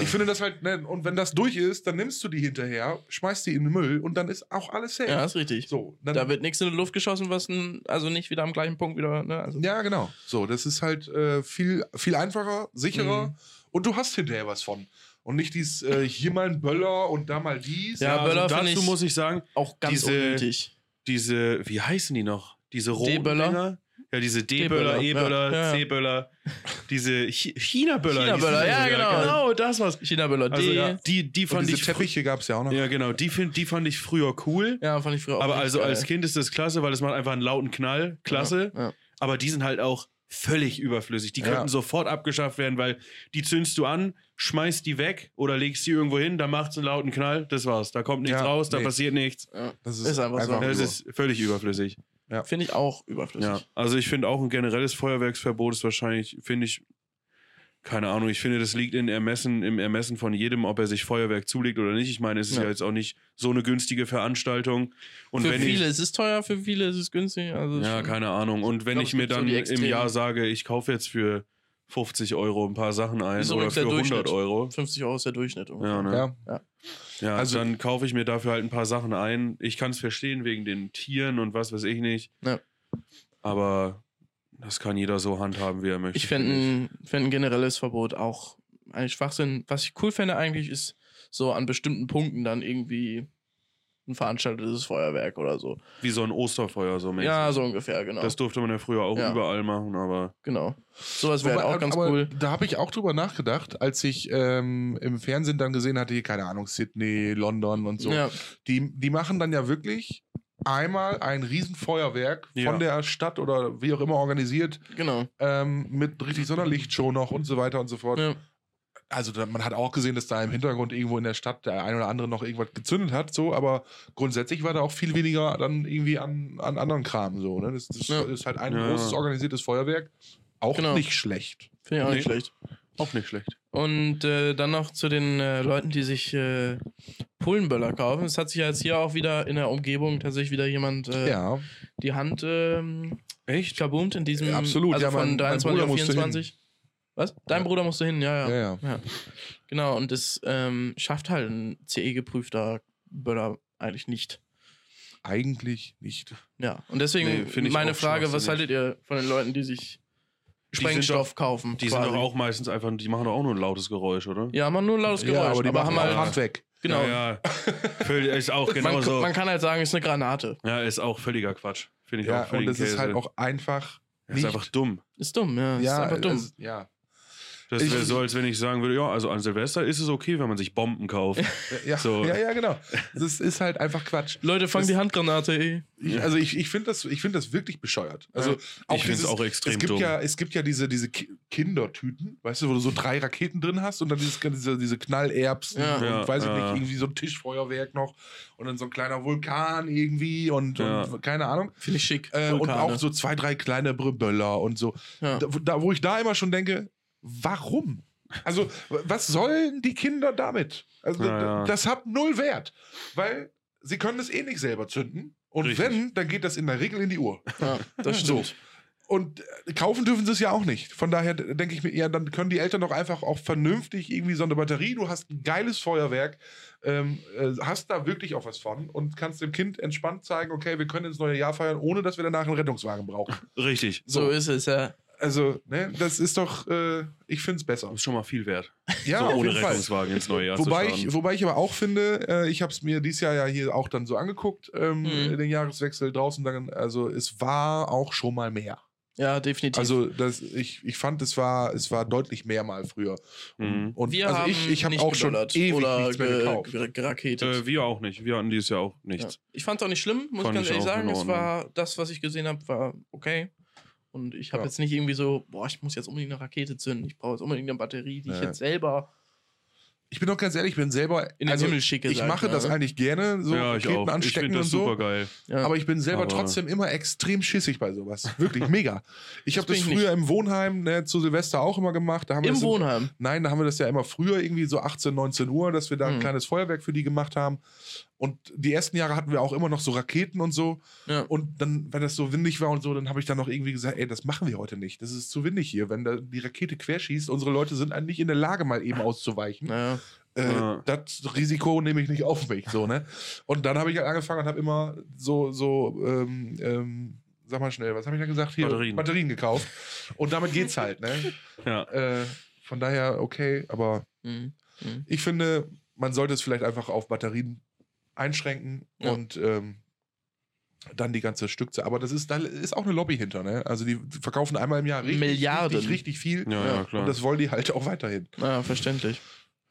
S2: Ich finde das halt, ne, und wenn das durch ist, dann nimmst du die hinterher, schmeißt die in den Müll und dann ist auch alles safe.
S3: Ja, ist richtig.
S2: So, dann,
S3: Da wird nichts in die Luft geschossen, was n- also nicht wieder am gleichen Punkt wieder. Ne? Also,
S2: Ja, genau. So, das ist halt äh, viel, viel einfacher, sicherer
S3: Mhm.
S2: und du hast hinterher was von. Und nicht dies äh, hier mal ein Böller und da mal dies.
S3: Ja, Böller
S1: also
S3: finde
S1: dazu
S3: ich-
S1: muss ich sagen,
S3: auch ganz
S1: Diese-
S3: unnötig.
S1: diese, wie heißen die noch? Diese roten
S3: D-Böller?
S1: Dinger? Ja, diese
S3: D-Böller,
S1: D-Böller, E-Böller,
S3: ja, ja.
S1: C-Böller, diese Chi- China-Böller. hießen
S3: China-Böller,
S1: die
S3: ja,
S1: früher.
S3: genau.
S1: Genau, das war's.
S3: China Böller D.
S1: Also, ja,
S3: ja.
S1: die, die
S2: und
S1: fand
S2: diese
S1: ich. frü-
S2: Teppiche gab es ja auch noch.
S1: Ja, genau, die, find, die fand ich früher cool.
S3: fand ich früher auch.
S1: aber
S3: nicht
S1: also
S3: geil.
S1: als Kind ist das klasse, weil es macht einfach einen lauten Knall. Klasse.
S3: Ja, ja.
S1: Aber die sind halt auch völlig überflüssig. Die
S2: Ja.
S1: könnten sofort abgeschafft werden, weil die zündst du an, schmeißt die weg oder legst die irgendwo hin, da macht's einen lauten Knall, das war's. Da kommt nichts
S2: Ja,
S1: raus, da
S2: nee.
S1: passiert nichts.
S3: Ja.
S2: Das
S3: Ist einfach so.
S1: Das
S2: über.
S1: ist völlig überflüssig.
S3: Finde ich auch überflüssig.
S1: Ja, also ich finde auch ein generelles Feuerwerksverbot ist wahrscheinlich, finde ich, keine Ahnung, ich finde, das liegt in Ermessen, im Ermessen von jedem, ob er sich Feuerwerk zulegt oder nicht. Ich meine, es ist ja,
S3: Ja.
S1: jetzt auch nicht so eine günstige Veranstaltung. Und
S3: für
S1: wenn
S3: viele ist es teuer, für viele ist es günstig. Also
S1: ich, ja,
S3: schon-
S1: keine Ahnung. Und wenn
S3: glaub,
S1: ich
S3: es
S1: mir
S3: gibt so
S1: dann
S3: die
S1: im
S3: Extremen.
S1: Jahr sage, ich kaufe jetzt für 50 Euro ein paar Sachen ein
S3: Ist
S1: oder
S3: übrigens
S1: für
S3: der
S1: 100
S3: Durchschnitt.
S1: Euro,
S3: 50 Euro ist der Durchschnitt. ungefähr.
S1: Ja, ne?
S2: Ja.
S1: ja, also
S2: Also-
S1: dann kaufe ich mir dafür halt ein paar Sachen ein. Ich kann es verstehen wegen den Tieren und was weiß ich nicht.
S3: Ja.
S1: Aber das kann jeder so handhaben, wie er möchte.
S3: Ich fände
S1: finde ich.
S3: ein, fänd ein generelles Verbot auch eigentlich Schwachsinn. Was ich cool fände eigentlich ist so an bestimmten Punkten dann irgendwie ein veranstaltetes Feuerwerk oder so.
S1: Wie so ein Osterfeuer, so mäßig.
S3: Ja, so ungefähr, genau.
S1: Das durfte man ja früher auch
S3: Ja.
S1: überall machen, aber
S3: genau. Sowas wäre
S2: Wobei,
S3: halt auch ganz
S2: aber
S3: cool.
S2: Da habe ich auch drüber nachgedacht, als ich ähm, im Fernsehen dann gesehen hatte, hier, keine Ahnung, Sydney, London und so.
S3: Ja,
S2: Die, die machen dann ja wirklich einmal ein Riesenfeuerwerk
S1: Ja.
S2: von der Stadt oder wie auch immer organisiert,
S3: genau.
S2: ähm, mit richtig Sonderlichtshow noch und so weiter und so fort.
S3: Ja.
S2: also da, man hat auch gesehen, dass da im Hintergrund irgendwo in der Stadt der ein oder andere noch irgendwas gezündet hat, so, aber grundsätzlich war da auch viel weniger dann irgendwie an, an anderen Kram so. Ne? Das, das
S3: Ja.
S2: ist halt ein
S1: Ja.
S2: großes organisiertes Feuerwerk. Auch
S3: Genau.
S2: nicht schlecht.
S3: Finde ich auch nicht
S1: Nee.
S3: schlecht.
S1: auch nicht schlecht.
S3: Und äh, dann noch zu den äh, Leuten, die sich äh, Pullenböller kaufen. Es hat sich ja jetzt hier auch wieder in der Umgebung tatsächlich wieder jemand äh,
S2: ja.
S3: die Hand ähm,
S1: Echt?
S3: verboomt in diesem.
S2: Ja, absolut.
S3: Also
S2: Ja,
S3: von
S2: mein- mein
S3: 23
S2: Bruder
S3: auf
S2: musste
S3: 24. Was? Dein
S2: Ja.
S3: Bruder musste hin, ja,
S2: Ja,
S3: ja.
S2: ja.
S3: Genau, und das ähm, schafft halt ein CE-geprüfter Böller eigentlich nicht.
S2: Eigentlich nicht.
S3: Ja, und deswegen
S1: Nee, find ich
S3: meine
S1: auch
S3: Frage, was
S1: schwachsinnig.
S3: haltet ihr von den Leuten, die sich
S1: Die sind
S3: Sprengstoff kaufen?
S1: Die sind doch auch meistens einfach, die machen doch auch nur ein lautes Geräusch, oder?
S3: Ja, man nur ein lautes Geräusch, aber,
S2: machen
S3: haben
S2: auch
S3: halt
S2: Handwerk.
S3: Genau.
S1: Ja, ja. Völl- ist auch
S2: Genau
S3: man,
S1: genauso.
S3: man kann halt sagen, ist eine Granate.
S1: Ja, ist auch völliger Quatsch. Finde ich
S2: Ja,
S1: auch
S2: und
S1: völligen
S2: das ist
S1: Käse.
S2: halt auch einfach.
S1: Das ist
S2: nicht-
S1: einfach dumm.
S3: Ist dumm, ja.
S2: ja,
S3: ist einfach dumm.
S2: es- ja.
S1: Das
S2: Ich-
S1: wäre so, als wenn ich sagen würde, ja, also an Silvester ist es okay, wenn man sich Bomben kauft.
S2: Ja,
S1: So.
S2: ja, ja, genau. Das ist halt einfach Quatsch.
S3: Leute, fang
S2: das-
S3: die Handgranate, ey.
S2: Ich, also ich, ich finde das, ich find das wirklich bescheuert. Also
S3: Ja.
S1: ich finde es
S2: dieses-
S1: auch extrem
S2: es gibt
S1: dumm.
S2: Ja, es gibt ja diese, diese Ki- Kindertüten, weißt du, wo du so drei Raketen drin hast und dann dieses, diese, diese Knallerbsen
S3: Ja.
S2: und
S1: Ja,
S2: weiß ich
S1: ja.
S2: nicht, irgendwie so ein Tischfeuerwerk noch und dann so ein kleiner Vulkan irgendwie und,
S1: Ja.
S2: und keine Ahnung.
S3: Finde ich schick.
S2: Äh, und
S3: Vulkane.
S2: auch so zwei, drei kleine Böller und so.
S3: Ja.
S2: Da, wo- da, wo ich da immer schon denke, warum? Also, w- was sollen die Kinder damit? Also,
S1: Ja,
S2: d-
S1: ja.
S2: das hat null Wert, weil sie können es eh nicht selber zünden. Und
S1: Richtig.
S2: wenn, dann geht das in der Regel in die Uhr.
S3: ja, das
S2: So.
S3: stimmt.
S2: Und äh, kaufen dürfen sie es ja auch nicht. Von daher d- denke ich mir, ja, dann können die Eltern doch einfach auch vernünftig irgendwie so eine Batterie. Du hast ein geiles Feuerwerk, ähm, äh, hast da wirklich auch was von und kannst dem Kind entspannt zeigen, okay, wir können ins neue Jahr feiern, ohne dass wir danach einen Rettungswagen brauchen.
S1: Richtig.
S3: So. ist es, ja.
S2: Also, ne, das ist doch, äh, ich finde es besser.
S1: Ist schon mal viel wert.
S2: Ja,
S1: so
S2: auf
S1: ohne
S2: jeden Fall.
S1: Rettungswagen ins neue Jahr
S2: Wobei
S1: zu fahren.
S2: ich, wobei ich aber auch finde, äh, ich habe es mir dieses Jahr ja hier auch dann so angeguckt, ähm,
S3: Mhm.
S2: den Jahreswechsel draußen, dann, also es war auch schon mal mehr.
S3: Ja, definitiv.
S2: Also das, ich, ich fand, es war, es war deutlich mehr mal früher.
S1: Mhm.
S2: Und
S3: wir
S2: also
S3: haben
S2: ich, ich habe
S3: nicht
S2: auch schon
S3: geböllert
S2: ewig
S3: oder
S2: nichts mehr
S3: ge-
S2: gekauft.
S3: ge- geraketet.
S1: äh, wir auch nicht. Wir hatten dieses Jahr auch
S3: Ja.
S1: nichts.
S3: Ich fand es auch nicht schlimm, muss
S1: Fand
S3: ich ganz
S1: ich auch
S3: ehrlich
S1: in
S3: sagen. Es
S1: Ordnung.
S3: war das, was ich gesehen habe, war okay. Und ich habe
S2: Ja.
S3: jetzt nicht irgendwie so, boah, ich muss jetzt unbedingt eine Rakete zünden. Ich brauche jetzt unbedingt eine Batterie, die ich
S2: Nee.
S3: jetzt selber
S2: Ich bin doch ganz ehrlich, ich bin selber
S3: in den
S2: also,
S3: Himmel schicke.
S2: Ich
S3: sag
S2: mache
S3: mal,
S2: das
S3: ne?
S2: eigentlich gerne, so
S1: ja, ich
S2: Raketen
S1: auch. Ich
S2: anstecken
S1: finde das
S2: und so.
S1: super geil.
S3: Ja.
S2: Aber ich bin selber
S1: Aber-
S2: trotzdem immer extrem schissig bei sowas. Wirklich mega. Ich
S3: Das
S2: habe das
S3: bin ich
S2: früher im Wohnheim ne, zu Silvester auch immer gemacht. Da haben wir
S3: Im
S2: das
S3: Wohnheim.
S2: Nein, da haben wir das ja immer früher irgendwie so 18, 19 Uhr, dass wir da ein
S3: Hm.
S2: kleines Feuerwerk für die gemacht haben. Und die ersten Jahre hatten wir auch immer noch so Raketen und so.
S3: Ja.
S2: Und dann, wenn das so windig war und so, dann habe ich dann noch irgendwie gesagt, ey, das machen wir heute nicht. Das ist zu windig hier. Wenn da die Rakete querschießt, unsere Leute sind eigentlich nicht in der Lage, mal eben auszuweichen.
S3: Naja.
S2: Äh,
S1: Ja.
S2: Das Risiko nehme ich nicht auf mich. So, ne? Und dann habe ich halt angefangen und habe immer so, so, ähm, ähm, sag mal schnell, was habe ich da gesagt? Hier,
S1: Batterien.
S2: Batterien gekauft. Und damit geht's halt, ne?
S1: Ja.
S2: Äh, von daher okay, aber
S3: Mhm. Mhm.
S2: ich finde, man sollte es vielleicht einfach auf Batterien einschränken
S3: Ja.
S2: und ähm, dann die ganze Stückzahl. Aber das ist, da ist auch eine Lobby hinter, ne? Also die verkaufen einmal im Jahr richtig,
S3: Milliarden.
S2: richtig, richtig viel.
S1: Ja,
S3: Ja,
S1: ja,
S2: Und
S1: klar.
S2: das wollen die halt auch weiterhin.
S3: Naja, verständlich.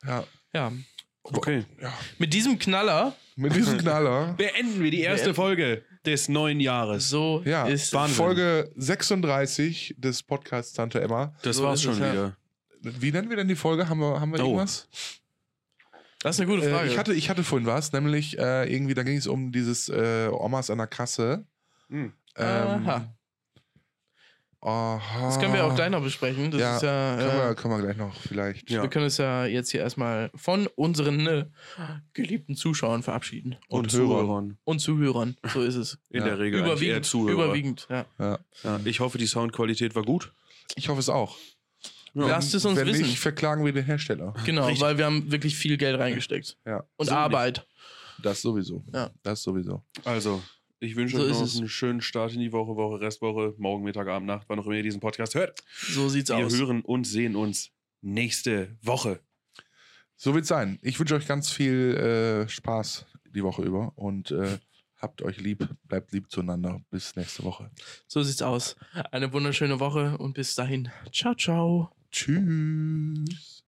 S2: Ja.
S3: Ja.
S1: Okay.
S2: ja.
S3: Mit diesem Knaller,
S2: Mit diesem Knaller.
S1: Beenden wir die erste
S3: Beenden-
S1: Folge des neuen Jahres.
S3: so
S2: Ja,
S3: ist
S1: Wahnsinn.
S2: Folge 36 des Podcasts Tante Emma.
S1: Das
S3: So
S1: war's
S3: ist
S1: schon
S3: es, ja.
S1: wieder.
S2: Wie nennen wir denn die Folge? Haben wir, haben wir
S1: Oh.
S2: irgendwas?
S3: Das ist eine gute
S2: Äh,
S3: Frage.
S2: ich, hatte, ich hatte vorhin was, nämlich äh, irgendwie, da ging es um dieses äh, Omas an der Kasse.
S1: Hm.
S2: Ähm,
S3: Aha.
S2: aha.
S3: Das können wir auch gleich noch besprechen. Das
S2: Ah. Ja,
S3: ist ja.
S2: Können
S3: äh,
S2: wir, können wir gleich noch, vielleicht.
S1: Ja.
S3: Wir können es ja jetzt hier erstmal von unseren ne, geliebten Zuschauern verabschieden.
S2: Und
S1: Und
S2: Hörer.
S1: Zuhörern.
S3: Und Zuhörern, so ist es.
S1: In
S2: Ja.
S1: der Regel eigentlich eher
S3: Überwiegend.
S1: Zuhörer.
S3: Überwiegend, ja.
S1: Ja, ich hoffe, die Soundqualität war gut.
S2: Ich hoffe es auch.
S1: Ja.
S3: Lasst es uns
S2: Wenn
S3: wissen.
S2: nicht, verklagen wir den Hersteller.
S3: Genau,
S1: Richtig.
S3: weil wir haben wirklich viel Geld reingesteckt.
S2: Ja,
S3: Und
S1: So
S3: Arbeit.
S2: das sowieso.
S3: Ja.
S2: Das sowieso.
S1: Also, ich wünsche
S3: So
S1: euch
S3: ist
S1: noch
S3: es.
S1: einen schönen Start in die Woche, Woche, Restwoche, morgen, Mittag, Abend, Nacht, wann auch immer ihr diesen Podcast hört.
S3: So sieht's
S1: Wir
S3: aus.
S1: hören und sehen uns nächste Woche.
S2: So wird's sein. Ich wünsche euch ganz viel äh, Spaß die Woche über und äh, habt euch lieb, bleibt lieb zueinander. Bis nächste Woche.
S3: So sieht's aus. Eine wunderschöne Woche und bis dahin. Ciao, ciao.
S2: Tschüss.